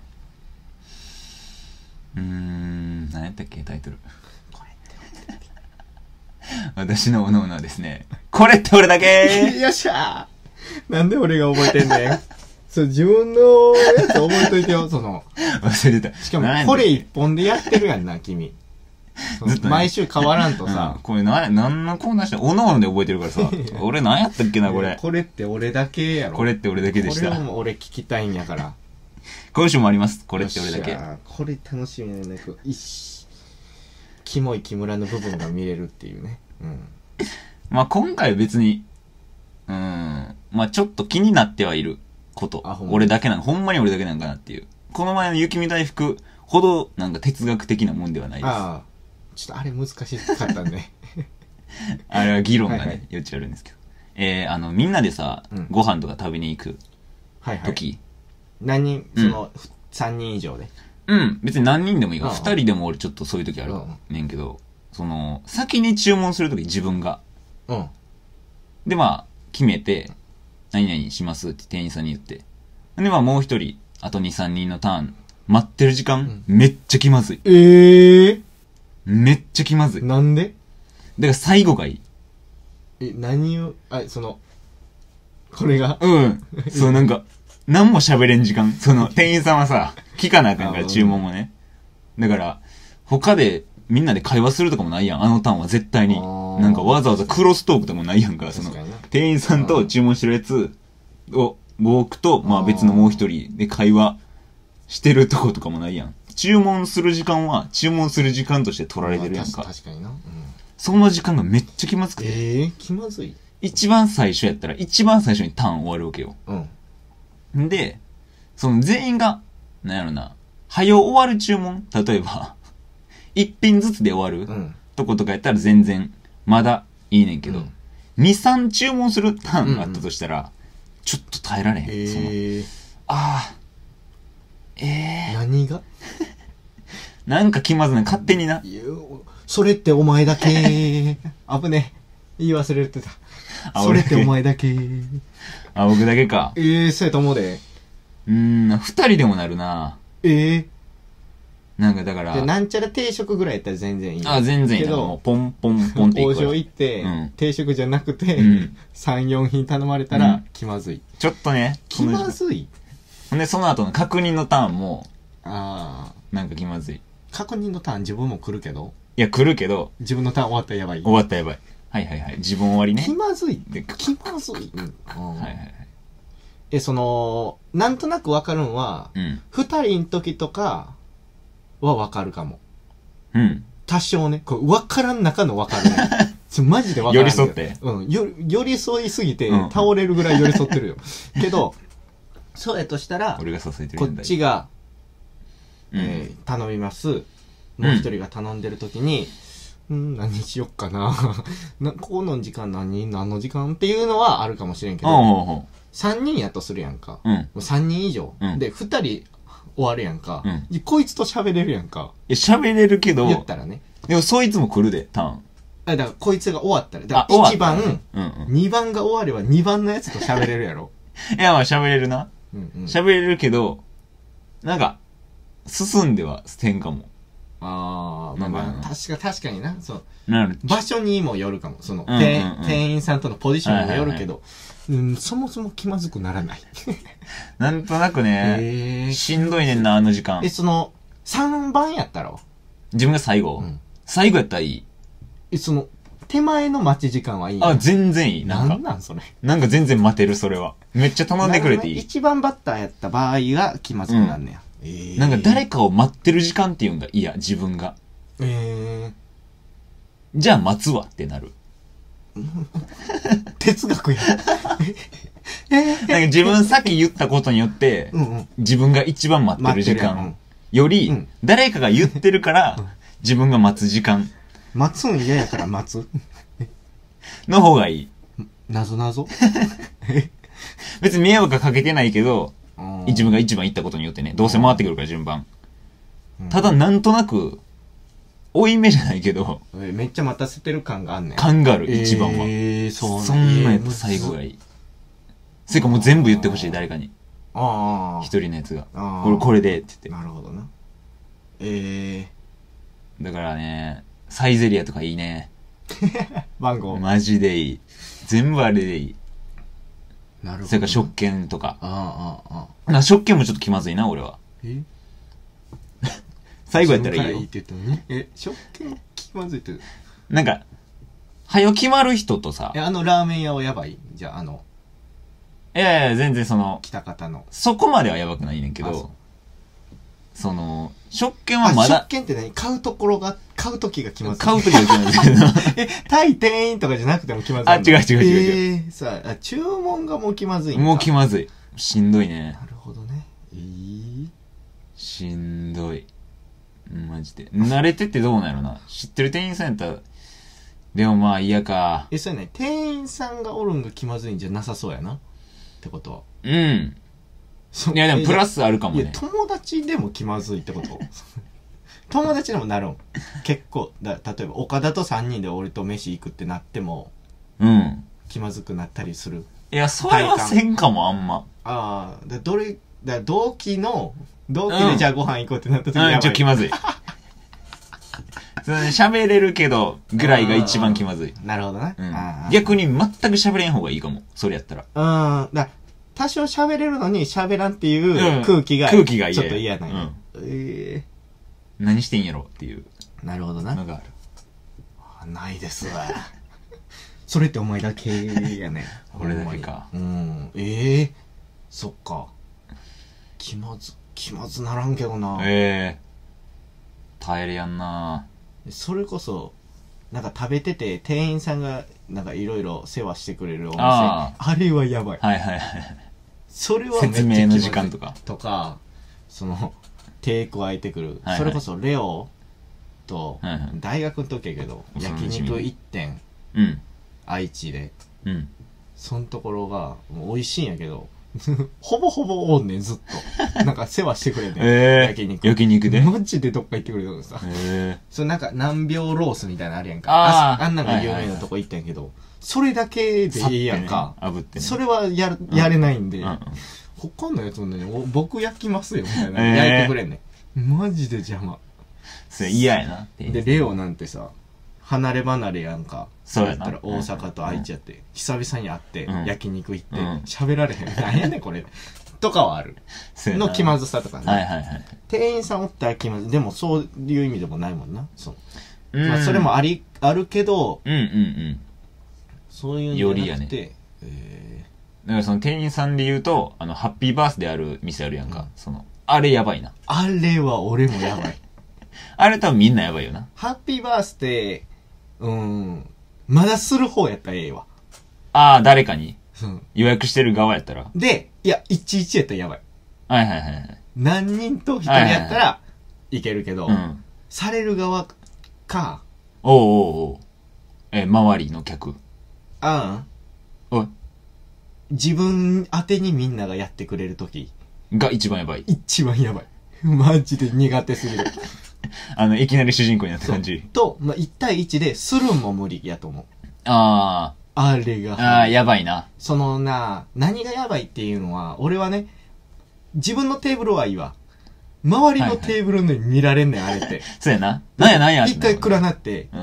Speaker 1: うーん何やったっけタイトル 私のおのおのはですねこれって俺だ け
Speaker 2: よっしゃーなんで俺が覚えてんねん。 そう、自分のやつ覚えといてよ、その。
Speaker 1: 忘れてた
Speaker 2: しかも
Speaker 1: 何やっ、たっ
Speaker 2: こ
Speaker 1: け
Speaker 2: れ一本でやってるやんな、 君。その
Speaker 1: ずっとね
Speaker 2: 毎週変わらんと
Speaker 1: う
Speaker 2: さ
Speaker 1: ん、これな何のコーナーしておのおので覚えてるから さ俺何やったっけなこれ
Speaker 2: これって俺だけやろ。
Speaker 1: これって俺だけでし
Speaker 2: こ
Speaker 1: た
Speaker 2: れも俺聞きたいんやから。
Speaker 1: 今週もありますこれって俺だ
Speaker 2: よ
Speaker 1: け
Speaker 2: っしゃーこれ楽しみだね。こういし。キモい木村の部分が見れるっていうね。うん。
Speaker 1: まあ今回別にうんまあちょっと気になってはいること
Speaker 2: あほんま
Speaker 1: 俺だけなのほんまに俺だけなんかなっていうこの前の雪見大福ほどなんか哲学的なもんではないですあ
Speaker 2: ああ。ちょっとあれ難しかったね。
Speaker 1: れは議論がね
Speaker 2: はいはい
Speaker 1: 余地あるんですけどえー、あのみんなでさ、
Speaker 2: うん
Speaker 1: ご飯とか食べに行く
Speaker 2: はいはい。
Speaker 1: 時、
Speaker 2: 何人、その、三人以上で。
Speaker 1: うん、別に何人でもいいから、
Speaker 2: うん
Speaker 1: 二人でも俺ちょっとそういう時あるねんけど、その、先に注文する時自分が。
Speaker 2: うん。
Speaker 1: で、まあ、決めて、何々しますって店員さんに言って。で、まあもう一人、あと二三人のターン、待ってる時間、めっちゃ気まずい。
Speaker 2: ええ
Speaker 1: めっちゃ気まずい。だか
Speaker 2: なんで
Speaker 1: ら最後がいい。
Speaker 2: え、何を、あ、その、これが、
Speaker 1: うん。そう、なんか、何も喋れん時間。そ の、店員さんはさ、聞かなあかんか
Speaker 2: あう
Speaker 1: ら、
Speaker 2: ん
Speaker 1: 注文もね。だから、他で、みんなで会話するとかもないやん。あのターンは絶対に
Speaker 2: あ。ー
Speaker 1: なんかわざわざクロストークでもないやんか。その
Speaker 2: 確かにな、
Speaker 1: 店員さんと注文してるやつを、僕と、まあ
Speaker 2: あー
Speaker 1: 別のもう一人で会話してるとことかもないやん。注文する時間は、注文する時間として取られてるやん
Speaker 2: まあ
Speaker 1: か。
Speaker 2: 確確かにな。うん
Speaker 1: その時間がめっちゃ気まずくて。
Speaker 2: ええ気まずい。
Speaker 1: 一番最初やったら、一番最初にターン終わるわけよ。
Speaker 2: うん。
Speaker 1: んで、その全員が、なんやろな、早う終わる注文例えば、一品ずつで終わる、
Speaker 2: うん。
Speaker 1: とことかやったら全然、まだいいねんけど、
Speaker 2: うん
Speaker 1: 二三2、3注文するターンがあったとしたら、ちょっと耐えられへん。その
Speaker 2: ええ
Speaker 1: ああ、ええ
Speaker 2: 何が
Speaker 1: ー、なんか気まずない。勝手にな。
Speaker 2: いやそれってお前だけ。 危ねえ。言い忘れてた。
Speaker 1: あ
Speaker 2: それって
Speaker 1: 俺
Speaker 2: お前だけ。
Speaker 1: あ、僕だけか。
Speaker 2: ええそうやと思うで。
Speaker 1: うーん、二人でもなるな。
Speaker 2: ええ
Speaker 1: なんかだから、
Speaker 2: で、なんちゃら定食ぐらいやったら全然いい。
Speaker 1: あ、全然いい
Speaker 2: け
Speaker 1: な。もう
Speaker 2: ど、
Speaker 1: ポンポンポンってい
Speaker 2: 王
Speaker 1: く
Speaker 2: 将
Speaker 1: わ
Speaker 2: 行って
Speaker 1: うん、
Speaker 2: 定食じゃなくて
Speaker 1: うん、
Speaker 2: 3、4品頼まれた
Speaker 1: う
Speaker 2: ら
Speaker 1: ん、
Speaker 2: 気まずい。
Speaker 1: ちょっとね、
Speaker 2: 気ま
Speaker 1: い。
Speaker 2: ずい
Speaker 1: ほんで、その後の確認のターンも、
Speaker 2: ああ。
Speaker 1: なんか気まずい。い
Speaker 2: 確認のターン自分も来るけど、
Speaker 1: や、来るけど、
Speaker 2: 自分のターン終わったらやばい。
Speaker 1: 終わったやばい。はいはいはい。自分終わりね
Speaker 2: 気。まずい。
Speaker 1: で、く
Speaker 2: 気まずい。うん
Speaker 1: はいはいはい。
Speaker 2: え、その、なんとなくわかるんは、
Speaker 1: うん。
Speaker 2: 二人の時とかはわかるかも。
Speaker 1: うん。
Speaker 2: 多少ね、これわからん中のわ かるね。ちょマジでわからんけど。
Speaker 1: 寄り添って
Speaker 2: うん。よ、寄り添いすぎて
Speaker 1: うん
Speaker 2: 倒れるぐらい寄り添って るよ。けど、そうやとしたら、
Speaker 1: 俺が支えてる
Speaker 2: こっちが、
Speaker 1: うん
Speaker 2: えー頼みます。もう一人が頼んでる時に、うん、何しよっかな。 な、この時間何何の時間っていうのはあるかもしれんけ
Speaker 1: おう
Speaker 2: ど、
Speaker 1: おうおう
Speaker 2: 三人やとするやんか。
Speaker 1: う
Speaker 2: も
Speaker 1: ん。
Speaker 2: う三人以上。
Speaker 1: うん
Speaker 2: で、二人終わるやんか。
Speaker 1: うん
Speaker 2: でこいつと喋れるやんか。
Speaker 1: え、喋れるけ
Speaker 2: 言っ
Speaker 1: ど、
Speaker 2: たらね。
Speaker 1: でもそいつも来るで、ターン。
Speaker 2: あだからこいつが終わったら、
Speaker 1: あ
Speaker 2: だ、
Speaker 1: 終
Speaker 2: から
Speaker 1: わっ
Speaker 2: 1
Speaker 1: たね
Speaker 2: 番、
Speaker 1: うんうん。
Speaker 2: 2番が終われば2番のやつと喋れる やろ。
Speaker 1: いや、まあ喋れるな。
Speaker 2: うんうん
Speaker 1: 喋れるけど、なんか、進んではせんかも。
Speaker 2: あーまあ、
Speaker 1: なん
Speaker 2: ま
Speaker 1: か
Speaker 2: あ、確か、確かにな。そう。
Speaker 1: なる。
Speaker 2: 場所にもよるかも。その、
Speaker 1: うんうんうん
Speaker 2: 店店員さんとのポジションにもよるけど、うん、そもそも気まずくならない。
Speaker 1: なんとなくね、
Speaker 2: へー
Speaker 1: しんどいねんな、あの時間
Speaker 2: え、。その、3番やったろ
Speaker 1: 自分が最後
Speaker 2: うん。
Speaker 1: 最後やったらいい。
Speaker 2: え、その、手前の待ち時間はいい
Speaker 1: あ、
Speaker 2: やん
Speaker 1: 全然いい。な
Speaker 2: なんん
Speaker 1: か、
Speaker 2: なんそれ。
Speaker 1: なんか全然待てる、それは。めっちゃ頼んでくれていい。
Speaker 2: 一番バッターやった場合が気まずくなんねや。えー
Speaker 1: なんか誰かを待ってる時間っていうのが嫌、自分が。
Speaker 2: え
Speaker 1: じゃあ待つわってなる。
Speaker 2: ー、哲 学や。
Speaker 1: なんか自分さっき言ったことによって、
Speaker 2: うんうん。
Speaker 1: 自分が一番待ってる時
Speaker 2: 待ってるやんうん
Speaker 1: 間より、
Speaker 2: うん
Speaker 1: 誰かが言ってるから、自分が待つ時間
Speaker 2: 待つん嫌やから待つ。
Speaker 1: の方がいい。
Speaker 2: なぞなぞ。
Speaker 1: 別に迷惑はかけてないけど、
Speaker 2: うん
Speaker 1: 自分が 一番行ったことによってね、どうせ回ってくるから順番。ただ、なんとなく、追い目じゃないけど、
Speaker 2: うんえめっちゃ待たせてる感があんねん。
Speaker 1: 勘がある、一番は。
Speaker 2: えー、そう
Speaker 1: そんなんやっぱ最後が
Speaker 2: いい。
Speaker 1: いい。それかもう全部言ってほしい、誰かに。
Speaker 2: ああ。
Speaker 1: 一人のやつが。
Speaker 2: あー
Speaker 1: これ、これで、って言っ
Speaker 2: なるほどな。えー、
Speaker 1: て。だからね、サイゼリアとかいいね。
Speaker 2: 番号。
Speaker 1: マジでいい。全部あれでいい。
Speaker 2: なるほど。
Speaker 1: それから食券とか。
Speaker 2: ああ、ああ、ああ。
Speaker 1: な、食券もちょっと気まずいな、俺は。
Speaker 2: え
Speaker 1: 最後やったらいい
Speaker 2: 自分からいい
Speaker 1: よ
Speaker 2: っ。て言ったのね。え、食券気まずいって。
Speaker 1: なんか、早決まる人とさ
Speaker 2: え、、あのラーメン屋はやばいじゃあ、あの、
Speaker 1: いやいや、全然その、
Speaker 2: 北方の。
Speaker 1: そこまではやばくないねんけ
Speaker 2: あそう
Speaker 1: ど、その、食券は
Speaker 2: あ、
Speaker 1: まだ
Speaker 2: 食、券って何買うところが、買うときが気まずい。
Speaker 1: 買うときは決まずいな。
Speaker 2: え、対店員とかじゃなくても気まずい。
Speaker 1: あ違う違う違う
Speaker 2: 違う。えー、さあ、注文がもう気まずいんだ。
Speaker 1: もう気
Speaker 2: ま
Speaker 1: まずい。しんどいね。
Speaker 2: なるほどね。えー、
Speaker 1: しんどい。マジで。慣れてってどうなんやろな。知ってる店員さんやったら、でもまあ嫌か。
Speaker 2: え、そうやね。店員さんがおるんが気まずいんじゃなさそうやな。ってことは。
Speaker 1: うん。
Speaker 2: そ
Speaker 1: いやで
Speaker 2: え
Speaker 1: もプラスあるかも
Speaker 2: いや、
Speaker 1: ね。
Speaker 2: 友達でも気まずいってこと 友達でもなるん。結構、だ例えば、岡田と3人で俺と飯行くってなっても、
Speaker 1: うん。
Speaker 2: 気まずくなったりする。
Speaker 1: いや、それはせんかも、あんま。
Speaker 2: ああ、だどれ、だ同期の、同期
Speaker 1: う
Speaker 2: で
Speaker 1: ん
Speaker 2: じゃあご飯行こうってなった時
Speaker 1: う
Speaker 2: や
Speaker 1: ん、ちょ、
Speaker 2: ば
Speaker 1: 気
Speaker 2: い。
Speaker 1: まずい。そのね喋れるけど、ぐらいが一番気まずい。
Speaker 2: なるほどな。
Speaker 1: うん
Speaker 2: あ。ー
Speaker 1: 逆に全く喋れん方がいいかも。それやったら。
Speaker 2: うん、だ多少喋れるのに喋らんってい
Speaker 1: うん
Speaker 2: う空気が、
Speaker 1: 空気が嫌や
Speaker 2: ちょっと嫌なんや。え
Speaker 1: 何してんやろっていう
Speaker 2: ー、なるほどな
Speaker 1: の。がある。
Speaker 2: あないですわ。 それってお前だけやね。
Speaker 1: 俺だけか
Speaker 2: ほんまに。うん。ええそっか。気まず、気まずならんけどな。
Speaker 1: ええ耐えれやんな
Speaker 2: それこそ、なんか食べてて、店員さんが、なんかいろいろ世話してくれるお店。
Speaker 1: あ
Speaker 2: あれはやばい。
Speaker 1: はいはいはい。
Speaker 2: それはめっちゃ
Speaker 1: 説明の時間と
Speaker 2: か。
Speaker 1: か。
Speaker 2: とか、その、手加えてくる。
Speaker 1: はいはい
Speaker 2: それこそ、レオと、
Speaker 1: はいはい
Speaker 2: 大学の時やけど、
Speaker 1: 幼馴
Speaker 2: 焼
Speaker 1: 染
Speaker 2: 肉1点、
Speaker 1: うん。
Speaker 2: 愛知で。
Speaker 1: うん。
Speaker 2: そのところが、もう美味しいんやけど、 ほぼほぼおんねん、ずっ と。なんか世話してくれんねん。
Speaker 1: ええ
Speaker 2: 焼肉。
Speaker 1: 焼肉で。
Speaker 2: マジでどっか行ってくれたのさ。
Speaker 1: ええ
Speaker 2: そうなんか難病ロースみたいなのあるやんか。
Speaker 1: あー
Speaker 2: ああんなんが有名なとこ行ったんやけど、それだけでいいやんか。
Speaker 1: 炙ってね。
Speaker 2: それはやる、やれないんで、
Speaker 1: うんうん
Speaker 2: 他のやつもね、お僕焼きますよ、みたいな。
Speaker 1: えー
Speaker 2: 焼いてくれんねん。マジで邪魔。
Speaker 1: それ嫌やな。
Speaker 2: で、レオなんてさ、離れ離れやんか。
Speaker 1: そうやな
Speaker 2: だったら大阪と愛知やって、久々に会って
Speaker 1: うん、
Speaker 2: 焼肉行って
Speaker 1: うん、
Speaker 2: 喋ら れへん。何やねん、これ。とかはある。の気ま
Speaker 1: ず
Speaker 2: ずさとか
Speaker 1: はい
Speaker 2: ね。
Speaker 1: はいはい。
Speaker 2: 店員さんおったら気まずい。でも、そういう意味でもないもんな。そう。
Speaker 1: うん
Speaker 2: まあ、それもあり、あるけど、
Speaker 1: うんうんうん。
Speaker 2: そういうのじゃなくて、え
Speaker 1: だからその店員さんで言うと、あの、ハッピーバースである店あるやんか。その、あれやばいな
Speaker 2: ー。あれは俺もや ばい。
Speaker 1: あれ多分みんなやばいよな。
Speaker 2: ハッピーバースデー、うーん、まだする方やったらええわ。
Speaker 1: ああ、誰かに
Speaker 2: うん
Speaker 1: 予約してる側やったら。
Speaker 2: で、いや、11やったらやばい。
Speaker 1: はいはいはいはい。
Speaker 2: 何人と1人やったらいけるけど、
Speaker 1: うん。
Speaker 2: される側か、
Speaker 1: おうおうおう。え、周りの客。
Speaker 2: あ
Speaker 1: おい
Speaker 2: ん、自分宛てにみんながやってくれるとき、
Speaker 1: が一番やばい。
Speaker 2: 一番やばい。 マジで苦手す ぎる。
Speaker 1: あの、いきなり主人公になった感じ。
Speaker 2: と、まあ、1対1でするんも無理やと思う。
Speaker 1: あ
Speaker 2: あれ
Speaker 1: あ、
Speaker 2: が。
Speaker 1: ああ、やばいな。
Speaker 2: そのな、何がやばいっていうのは、俺はね、自分のテーブルはいいわ。周りのテーブルのに見られんねん、あれって。
Speaker 1: そうやな。なんやなんやって
Speaker 2: 一
Speaker 1: なる
Speaker 2: 回暗なって、
Speaker 1: うん。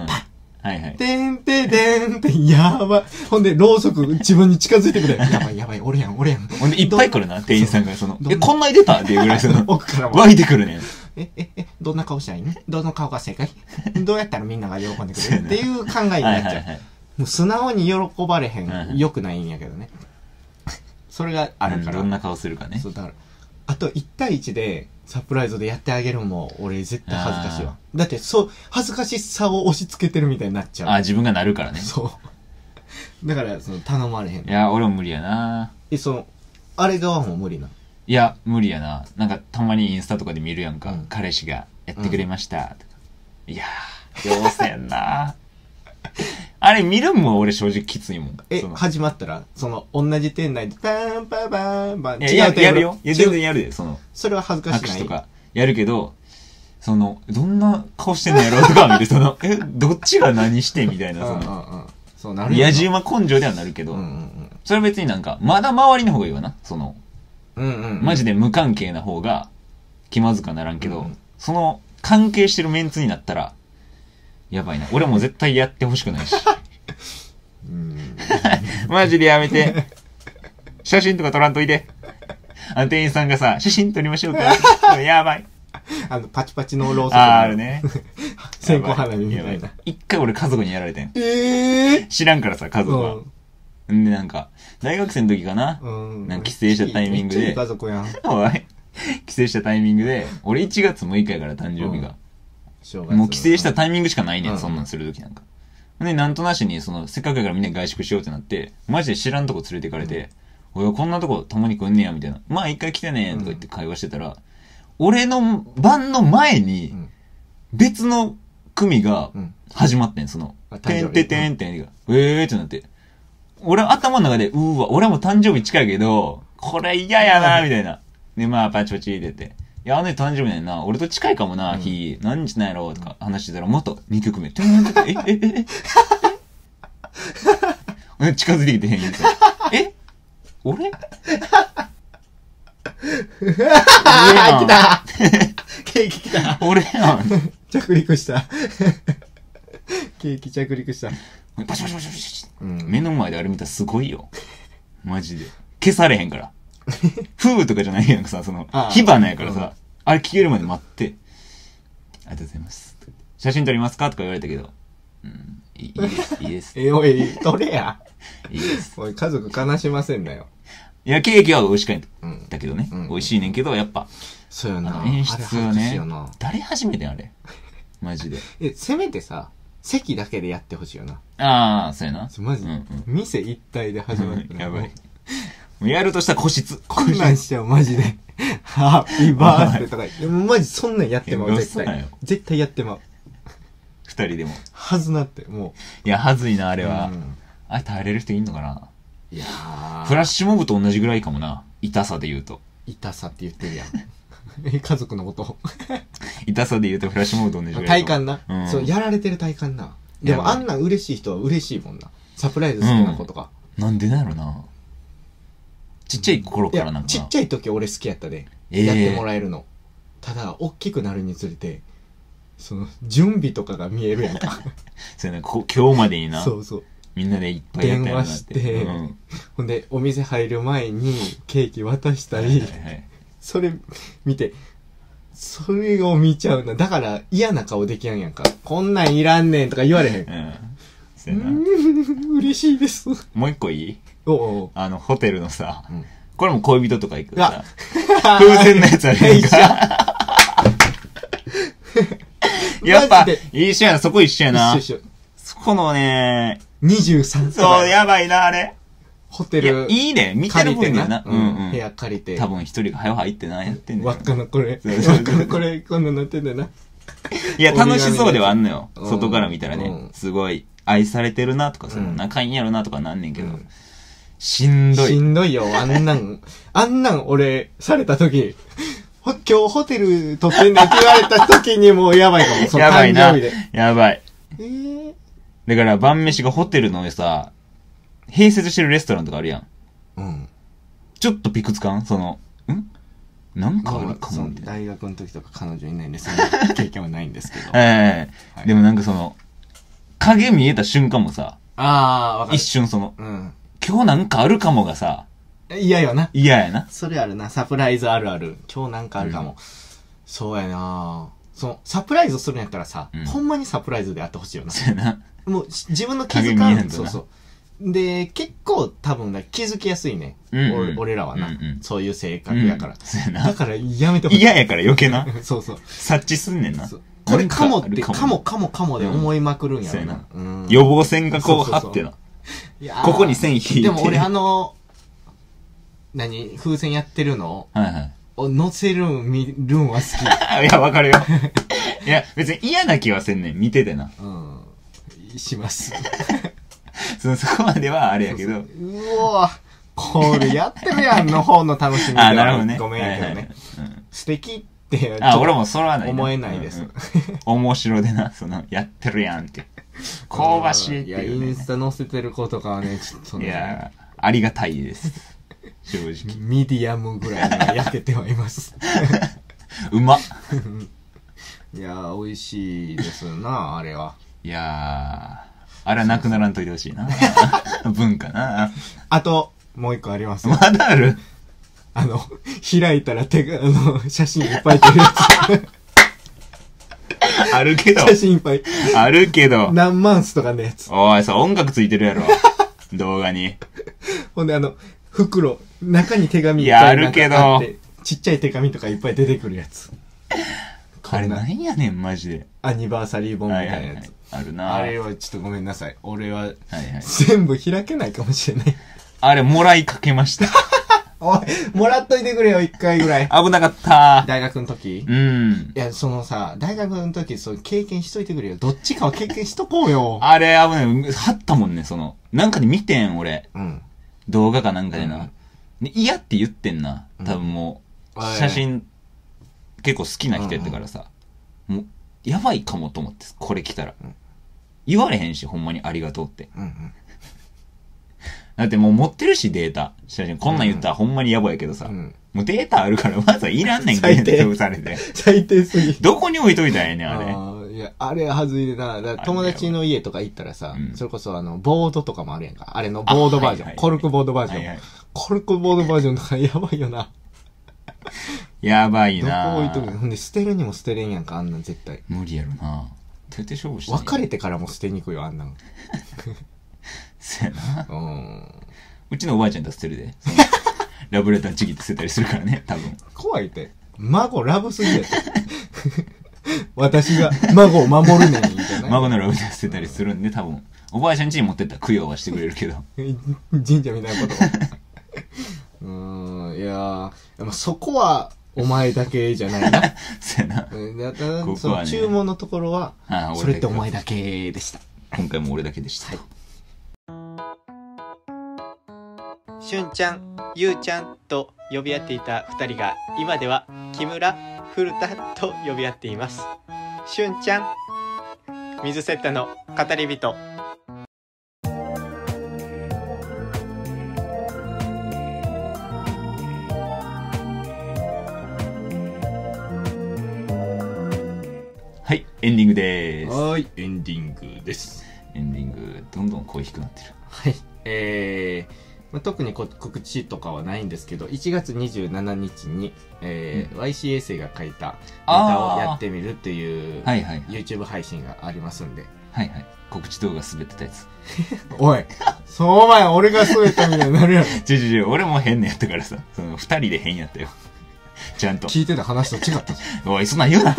Speaker 1: はいはい。
Speaker 2: てんてでんって、やばい。ほんで、ろうそく自分に近づいてくれ。やばいやばい、俺やん、俺やん。
Speaker 1: ほんで、いっぱい来るな、店員さんが、その、
Speaker 2: どん
Speaker 1: え、こんなに出たっていうぐらい、そ の、
Speaker 2: 奥からも。
Speaker 1: 湧いてくるね。
Speaker 2: え、え、え、どんな顔したらいいのどの顔が正解 どうやったらみんなが喜んでくれるっていう考え
Speaker 1: は
Speaker 2: に
Speaker 1: いは
Speaker 2: なっ
Speaker 1: い
Speaker 2: ち
Speaker 1: は
Speaker 2: ゃう。
Speaker 1: い。
Speaker 2: もう素直に喜ばれへ
Speaker 1: はいは
Speaker 2: ん。
Speaker 1: い
Speaker 2: 良くないんやけどね。それがあるから。
Speaker 1: どんな顔するかね
Speaker 2: そ。うだからあと1対1でサプライズでやってあげるのも俺絶対恥ずかしいわだってそう恥ずかしさを押し付けてるみたいになっち
Speaker 1: ああ、
Speaker 2: ゃう
Speaker 1: 自分がなるからね。
Speaker 2: そうだからその頼まれへん
Speaker 1: いや、俺も無理やな。
Speaker 2: えそのあれ側も無理ない
Speaker 1: や、無理やな。なんか、たまにインスタとかで見るやんか。
Speaker 2: うん
Speaker 1: 彼氏がやってくれました。とかいやー、ようせんな。 あれ見るんも俺正直きついもん。
Speaker 2: え、
Speaker 1: その
Speaker 2: 始まったら、その、同じ店内で、パーンパーパーパーン、
Speaker 1: いや、や
Speaker 2: テーブル
Speaker 1: やるよ。いや、
Speaker 2: 違
Speaker 1: 全
Speaker 2: う
Speaker 1: 然やるで、その、
Speaker 2: それは恥ずかし
Speaker 1: 拍
Speaker 2: ない。
Speaker 1: 手とか、やるけど、その、どんな顔してんのやろうとか見て、そ の、え、どっちが何してみたい
Speaker 2: うん
Speaker 1: な、
Speaker 2: う
Speaker 1: そ
Speaker 2: ん
Speaker 1: の、
Speaker 2: うん。そうなるよな
Speaker 1: 野じ馬根性ではなるけ
Speaker 2: う
Speaker 1: ど、
Speaker 2: んうん
Speaker 1: それは別になんか、まだ周りの方がいいわな。その、
Speaker 2: うん。うんうん。
Speaker 1: マジで無関係な方が気まずかならんけど、
Speaker 2: うん
Speaker 1: その関係してるメンツになったら、やばいな。俺も絶対やってほしくないし。
Speaker 2: うん。
Speaker 1: マジでやめて。写真とか撮らんといて。あの店員さんがさ、写真撮りましょうか。や ばい。
Speaker 2: あの、パチパチのローソク
Speaker 1: あ
Speaker 2: の
Speaker 1: あ、ある。ね。
Speaker 2: 線香花火みた
Speaker 1: や
Speaker 2: い
Speaker 1: ば
Speaker 2: な。
Speaker 1: 一回俺家族にやられてん。
Speaker 2: ええ
Speaker 1: 知らんからさ、家
Speaker 2: う
Speaker 1: 族は
Speaker 2: ん。。
Speaker 1: んで、なんか、大学生の時かな。
Speaker 2: うん。
Speaker 1: なんか帰省したタイミングで
Speaker 2: めっちゃいい家族やん。
Speaker 1: おい。帰省したタイミングで、俺1月6日やから誕生日が。
Speaker 2: 正月
Speaker 1: もう帰省したタイミングしかないね
Speaker 2: うん
Speaker 1: ん、そんなんするときなんか。で、なんとなしに、その、せっかくやからみんな外食しようってなって、マジで知らんとこ連れてかれて、おい、こんなとこたまに来んねや、みたいな。まあ一回来てね、とか言って会話してたら、俺の番の前に
Speaker 2: うん、
Speaker 1: 別の組が
Speaker 2: うん
Speaker 1: 始まってん、その
Speaker 2: あ、誕
Speaker 1: て
Speaker 2: 生
Speaker 1: ん
Speaker 2: 日
Speaker 1: ててんてんが、えーってなって。俺頭の中で、うーわ、俺も誕生日近いけど、これ嫌やな、みたいな。で、まあ、パチパチ入れて。いや、あの人誕生日だよな。俺と近いかもな、日。何日なんやろとか話してたら、もっと2曲目。てんてんてんえ、え、え、え。 俺近づいてきて変にさ。え 俺
Speaker 2: あー、来たケーキ来た
Speaker 1: 俺やん。
Speaker 2: 着陸した。 ケーキ着陸した。
Speaker 1: バシバシバシバシバ シ。
Speaker 2: うん
Speaker 1: 目の前であれ見たらすごいよ。マジで。消されへんから。ふーとかじゃないやんかさ、その
Speaker 2: ああ、
Speaker 1: 火花やから
Speaker 2: うん
Speaker 1: さ、あれ消えるまで待って、ありがとうございます。写真撮りますかとか言われたけど、うん、いいいいです、いいです、い
Speaker 2: え、おい、取れや。
Speaker 1: いです。
Speaker 2: おい、家族悲しませんなよ。
Speaker 1: いや、ケーキは美味しかった
Speaker 2: うん
Speaker 1: だけどね
Speaker 2: うん、
Speaker 1: 美味しいねんけど、やっぱ、
Speaker 2: そうや
Speaker 1: あ
Speaker 2: な。
Speaker 1: の演出
Speaker 2: あれ
Speaker 1: は
Speaker 2: 恥ずかしい
Speaker 1: ね
Speaker 2: よな、
Speaker 1: 誰初めてんあれ。マジで。
Speaker 2: え、せめてさ、席だけでやってほしいよな。
Speaker 1: ああ、そうやな。
Speaker 2: マジ、
Speaker 1: うんうん
Speaker 2: 店一体で始まったら
Speaker 1: やばい
Speaker 2: もう。
Speaker 1: もうやるとしたら個室。
Speaker 2: こんなんしちゃう、マジで。 ハッピーバースデーとか。いやもうマジそんなんやってま、
Speaker 1: いうや
Speaker 2: 絶
Speaker 1: 嘘だ
Speaker 2: 対
Speaker 1: よ。
Speaker 2: 絶対やってまう。
Speaker 1: 二人でも。
Speaker 2: はずなって、も
Speaker 1: いや、はずいな、あ
Speaker 2: う。
Speaker 1: れは。
Speaker 2: うん
Speaker 1: あれ耐えれる人いんのかない
Speaker 2: やー
Speaker 1: フラッシュモブと同じぐらいかもな。痛さで言うと。
Speaker 2: 痛さって言ってるやん。 え、家族のこと。
Speaker 1: 痛さで言うとフラッシュモブと同じぐらい
Speaker 2: 体
Speaker 1: か
Speaker 2: 感
Speaker 1: も。
Speaker 2: な、
Speaker 1: うん
Speaker 2: そう、やられてる体感な。で
Speaker 1: や
Speaker 2: も
Speaker 1: ばい
Speaker 2: あんなん嬉しい人は嬉しいもんな。サプライズ好きな子とか。
Speaker 1: なんでなんやろな。ちっちゃい頃
Speaker 2: い
Speaker 1: からな
Speaker 2: や
Speaker 1: ん、か
Speaker 2: ち
Speaker 1: な
Speaker 2: っちゃい時俺好きやったで。
Speaker 1: ええ
Speaker 2: やってもらえるの。ただ、大きくなるにつれて、その、準備とかが見えるやんか。
Speaker 1: そうやなこ今日までにな。
Speaker 2: そうそう。
Speaker 1: みんなでいっぱいやったやろなって。
Speaker 2: 電話して
Speaker 1: うん
Speaker 2: ほんで、お店入る前にケーキ渡した
Speaker 1: はい
Speaker 2: り
Speaker 1: は、いはい
Speaker 2: それ見て、それを見ちゃうな。だから嫌な顔できやんやんか。こんなんいらんねんとか言われへん
Speaker 1: う。ん。そうやな。
Speaker 2: 嬉しいです。
Speaker 1: もう一個いい
Speaker 2: おうおう。
Speaker 1: あの、ホテルのさ
Speaker 2: うん、
Speaker 1: これも恋人とか行くさ
Speaker 2: あ、
Speaker 1: 風船のやつあ るやんか。やっぱ
Speaker 2: マジで、
Speaker 1: 一緒やな、そこ一緒やな
Speaker 2: 一。緒一緒。
Speaker 1: そこのね、
Speaker 2: 23とか
Speaker 1: そう、やばいな、あれ。
Speaker 2: ホテ
Speaker 1: いや
Speaker 2: ル、
Speaker 1: いいね。見てる
Speaker 2: 借りて
Speaker 1: 分には
Speaker 2: な
Speaker 1: な。。うんう
Speaker 2: 部
Speaker 1: ん。
Speaker 2: 屋借りて。
Speaker 1: 多分一人が早入ってな、やってんねん
Speaker 2: 輪っかのこれ、
Speaker 1: そうそうそう
Speaker 2: 輪っかのこれ、こんなんなってんだよな。
Speaker 1: いや、楽しそうではあんのよ。
Speaker 2: うん
Speaker 1: 外から見たら
Speaker 2: う
Speaker 1: ね
Speaker 2: ん。
Speaker 1: すごい、愛されてるなとか、その
Speaker 2: うん
Speaker 1: 仲いいんやろなとかなんねんけど
Speaker 2: うん。
Speaker 1: しんど
Speaker 2: し
Speaker 1: い。
Speaker 2: んどいよ、あんなん。あんなん俺、された時、ほ今日ホテル取ってんねんって言われた時にもうやばいかも。その
Speaker 1: やばいな
Speaker 2: 誕生日で。。
Speaker 1: やばい。
Speaker 2: えー
Speaker 1: だから晩飯がホテルの上さ、併設してるレストランとかあるやん。
Speaker 2: うん。
Speaker 1: ちょっとピクつかんその、んなんかあるか
Speaker 2: そ
Speaker 1: も
Speaker 2: の
Speaker 1: みたいな。
Speaker 2: 大学の時とか彼女いないんで、そ んな経験はないんですけど。あ
Speaker 1: え
Speaker 2: は
Speaker 1: え。
Speaker 2: い
Speaker 1: でもなんかその、影見えた瞬間もさ、
Speaker 2: あー、わかる
Speaker 1: 一。瞬その、
Speaker 2: うん。
Speaker 1: 今日なんかあるかもがさ、
Speaker 2: 嫌よな。
Speaker 1: 嫌やな。
Speaker 2: それあるな。サプライズあるある。今日なんかあるかも。そうやなその、サプライズするんやったらさ、
Speaker 1: うん
Speaker 2: ほんまにサプライズであってほしいよな。
Speaker 1: そうやな。
Speaker 2: もうし自分の気づ
Speaker 1: 影見え
Speaker 2: か
Speaker 1: へん
Speaker 2: ん。
Speaker 1: と
Speaker 2: そう
Speaker 1: な
Speaker 2: そう。で、結構多分な気づきやすいね。
Speaker 1: うんうん
Speaker 2: 俺俺らはな、
Speaker 1: うんうん
Speaker 2: そういう性格やから
Speaker 1: うん。そうや
Speaker 2: だ
Speaker 1: な。
Speaker 2: からやめてほしい。
Speaker 1: 嫌やから余計な。
Speaker 2: そうそう。
Speaker 1: 察知すんねんな
Speaker 2: そう。これかもっ
Speaker 1: なん
Speaker 2: て、
Speaker 1: ある
Speaker 2: かもかもかもで思いまくるんやろな。
Speaker 1: う
Speaker 2: うん
Speaker 1: 予防線がこう
Speaker 2: そうそ
Speaker 1: 張
Speaker 2: うそう
Speaker 1: ってな。
Speaker 2: いやー
Speaker 1: ここに線引いて。
Speaker 2: でも俺あの、何、風船やってるの
Speaker 1: はいはい。
Speaker 2: を乗せるん見るんは好き。
Speaker 1: いや、わかるよ。いや、別に嫌な気はせんねん。見ててな。
Speaker 2: うん します
Speaker 1: そのそこまではあれやけど。
Speaker 2: うおーこれやってるやんの方の楽しみで
Speaker 1: ああ、なるほどね。
Speaker 2: ごめんやけどね、
Speaker 1: はいはいはいうん
Speaker 2: 素敵って
Speaker 1: あ、俺
Speaker 2: も
Speaker 1: もそれはないな。
Speaker 2: 思えないで
Speaker 1: う
Speaker 2: す
Speaker 1: んうん面白でな、その、やってるやんって。香ばしいってい
Speaker 2: やイ
Speaker 1: う、
Speaker 2: ンス
Speaker 1: ね。
Speaker 2: タ載せてる子とかはねちょっと
Speaker 1: い
Speaker 2: ね
Speaker 1: や、ありがたいです。正直。
Speaker 2: ミディアムぐらいに焼けてはいます
Speaker 1: うまっ。
Speaker 2: いやー美味しいですなあれはい
Speaker 1: やー、あれはなくならんといてほ しいな。文化な。
Speaker 2: あともう一個ありますよ
Speaker 1: まだある
Speaker 2: あの開いたら手があの写真いっぱい出る や
Speaker 1: あるけど
Speaker 2: つ写真いっぱい
Speaker 1: あるけど。
Speaker 2: 何万スとかのやつ
Speaker 1: おい、そう、音楽ついてる やろ。動画に。
Speaker 2: ほんであの袋中に手紙いっ
Speaker 1: いや
Speaker 2: ぱ
Speaker 1: あ
Speaker 2: い
Speaker 1: るけど
Speaker 2: なんかあってちっちゃい手紙とかいっぱい出てくるやつこ
Speaker 1: あれ
Speaker 2: ん
Speaker 1: な
Speaker 2: なん
Speaker 1: やねん、マジで。
Speaker 2: アニバーサリー本みた
Speaker 1: はいい
Speaker 2: な
Speaker 1: はい
Speaker 2: や
Speaker 1: はい
Speaker 2: つ。
Speaker 1: あるな。
Speaker 2: あれはちょっとごめんなさい俺は
Speaker 1: はいはい。
Speaker 2: 全部開けないかもし れない
Speaker 1: あれ、もらいかけま した。
Speaker 2: おいもらっといてくれよ一回ぐらい
Speaker 1: 危なかった。
Speaker 2: 大学の時
Speaker 1: うん。
Speaker 2: いや、そのさ、大学の時、そう経験しといてくれよ。どっちかは経験しとこうよ。
Speaker 1: あれ、危ない。はったもんね、その。なんかで見てん、俺。
Speaker 2: うん。
Speaker 1: 動画かなんかで
Speaker 2: うん
Speaker 1: な。で嫌って言ってんな。多分もう、
Speaker 2: はい
Speaker 1: 写真、結構好きな人やったからさ。もう、やばいかもと思って、これ来たら。言われへんし、ほんまにありがとうって。
Speaker 2: うんうん。
Speaker 1: だってもう持ってるし、データ。写真、こんなん言ったらほんまにやばいけどさ。
Speaker 2: うん
Speaker 1: もうデータあるから、まずはいらんねんけ
Speaker 2: 最低
Speaker 1: ど、潰されて。
Speaker 2: 最低すぎ。
Speaker 1: どこに置いといたらええねん、あれ。
Speaker 2: ーいや、あれはずいでな。だから友達の家とか行ったらさ、
Speaker 1: うん
Speaker 2: それこそあの、ボードとかもあるやんか。あれのボードバージ
Speaker 1: あはいは
Speaker 2: ョン。
Speaker 1: いはい
Speaker 2: コルクボードバージョン。
Speaker 1: はいはい
Speaker 2: コルクボードバージョンとかやばいよな。
Speaker 1: やばい
Speaker 2: どこ置い
Speaker 1: な
Speaker 2: とくのほんで、捨てるにも捨てれんやんか、あんなん絶対。
Speaker 1: 無理やろな徹底勝負して
Speaker 2: 別れてからも捨てにくいよ、あんなん。
Speaker 1: そうやな
Speaker 2: うん。
Speaker 1: うちのおばあちゃんと捨てる で。そのラブレターちぎって捨てたりするからね、多分。
Speaker 2: 怖いって。孫ラブすぎやって。 私が孫を守るのに、みたいな。
Speaker 1: 孫のラブレター捨てたりするんで、多分。おばあちゃん家に持ってったら供養はしてくれるけど。
Speaker 2: 神社みたいなこと うーんいやーでもそこはお前だけじゃな いな
Speaker 1: そうやな。
Speaker 2: うんだだ
Speaker 1: ここはね
Speaker 2: その注文のところは
Speaker 1: ああ
Speaker 2: それってお前だけでした
Speaker 1: 今回も俺だけでした。
Speaker 6: しゅんちゃん、ゆうちゃんと呼び合っていた二人が今では木村、古田と呼び合っています。しゅんちゃん、水セッタの語り人。
Speaker 1: はい、エンディングでーす。
Speaker 2: いエンディングです
Speaker 1: エンディング、どんどん声低くなってる。
Speaker 2: はいえーまあ、特にこ告知とかはないんですけど1月27日に、えー YCA 生が書いたネタをやってみるっていう、
Speaker 1: はいはい。
Speaker 2: YouTube 配信がありますんで
Speaker 1: はいはい。告知動画滑ってたやつ。
Speaker 2: おいその前俺が添えたみたいになるやろ
Speaker 1: ちょちょちょ、俺も変なやったからさ。その、二人で変やったよ。ちゃんと。
Speaker 2: 聞いてた話と違った
Speaker 1: おい、そんなん言うな。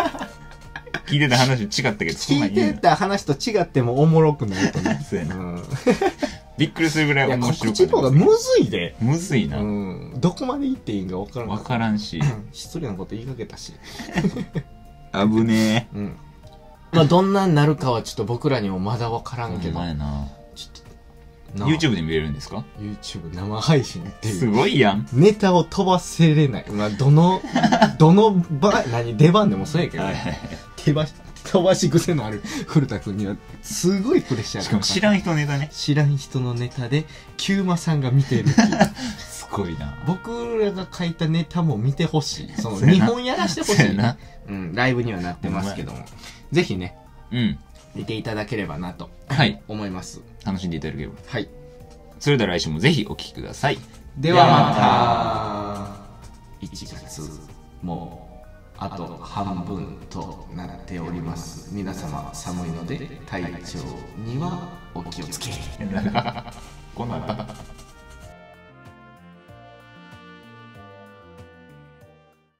Speaker 1: 聞いてた話違ったけど、そんな
Speaker 2: 聞
Speaker 1: ん
Speaker 2: い
Speaker 1: 言う
Speaker 2: て
Speaker 1: な。。
Speaker 2: た話と違ってもおもろくないとね
Speaker 1: そうや
Speaker 2: う
Speaker 1: な。
Speaker 2: ん、い
Speaker 1: びっくりするぐらい
Speaker 2: や
Speaker 1: 面白
Speaker 2: 告
Speaker 1: か
Speaker 2: 知
Speaker 1: った
Speaker 2: とかむずいで、
Speaker 1: むずいうな。
Speaker 2: ん、どこまで行っていいんか分からん
Speaker 1: わからんし。
Speaker 2: 失礼なこと言いかけたし、
Speaker 1: 危ね
Speaker 2: うんまあ、どんなになるかはちょっと僕らにもまだ分から
Speaker 1: え。
Speaker 2: んけ
Speaker 1: ほん
Speaker 2: ど
Speaker 1: まやな。
Speaker 2: ちょっとなあ
Speaker 1: YouTube で見れるんですか
Speaker 2: YouTube 生配信ってい
Speaker 1: す
Speaker 2: う
Speaker 1: ごいやん。
Speaker 2: ネタを飛ばせれない、まあ、どのどの場何出番でもそうやけど、
Speaker 1: はいはい
Speaker 2: 手ばし飛ばし癖のある古田君にはすごいプレッシャ
Speaker 1: し
Speaker 2: ーが
Speaker 1: か
Speaker 2: か
Speaker 1: も
Speaker 2: かる
Speaker 1: 知らん人ネタね。
Speaker 2: 知らん人のネタでキューマさんが見てる っていう
Speaker 1: すごいな。
Speaker 2: 僕らが書いたネタも見てほしい。その、
Speaker 1: そうやな
Speaker 2: 日本やらしてほ
Speaker 1: そう
Speaker 2: し
Speaker 1: や
Speaker 2: い。
Speaker 1: な。
Speaker 2: うん、ライブにはなってますけども。ぜひね、
Speaker 1: うん。
Speaker 2: 見ていただければなと
Speaker 1: はい。
Speaker 2: 思います。
Speaker 1: 楽しんでいただければ。
Speaker 2: はい。
Speaker 1: それでは来週もぜひお聞きください。
Speaker 2: ではまた、1月、もう、あと半分となっております。皆様、寒いので、体調にはお気をつけ。
Speaker 1: こんなんあった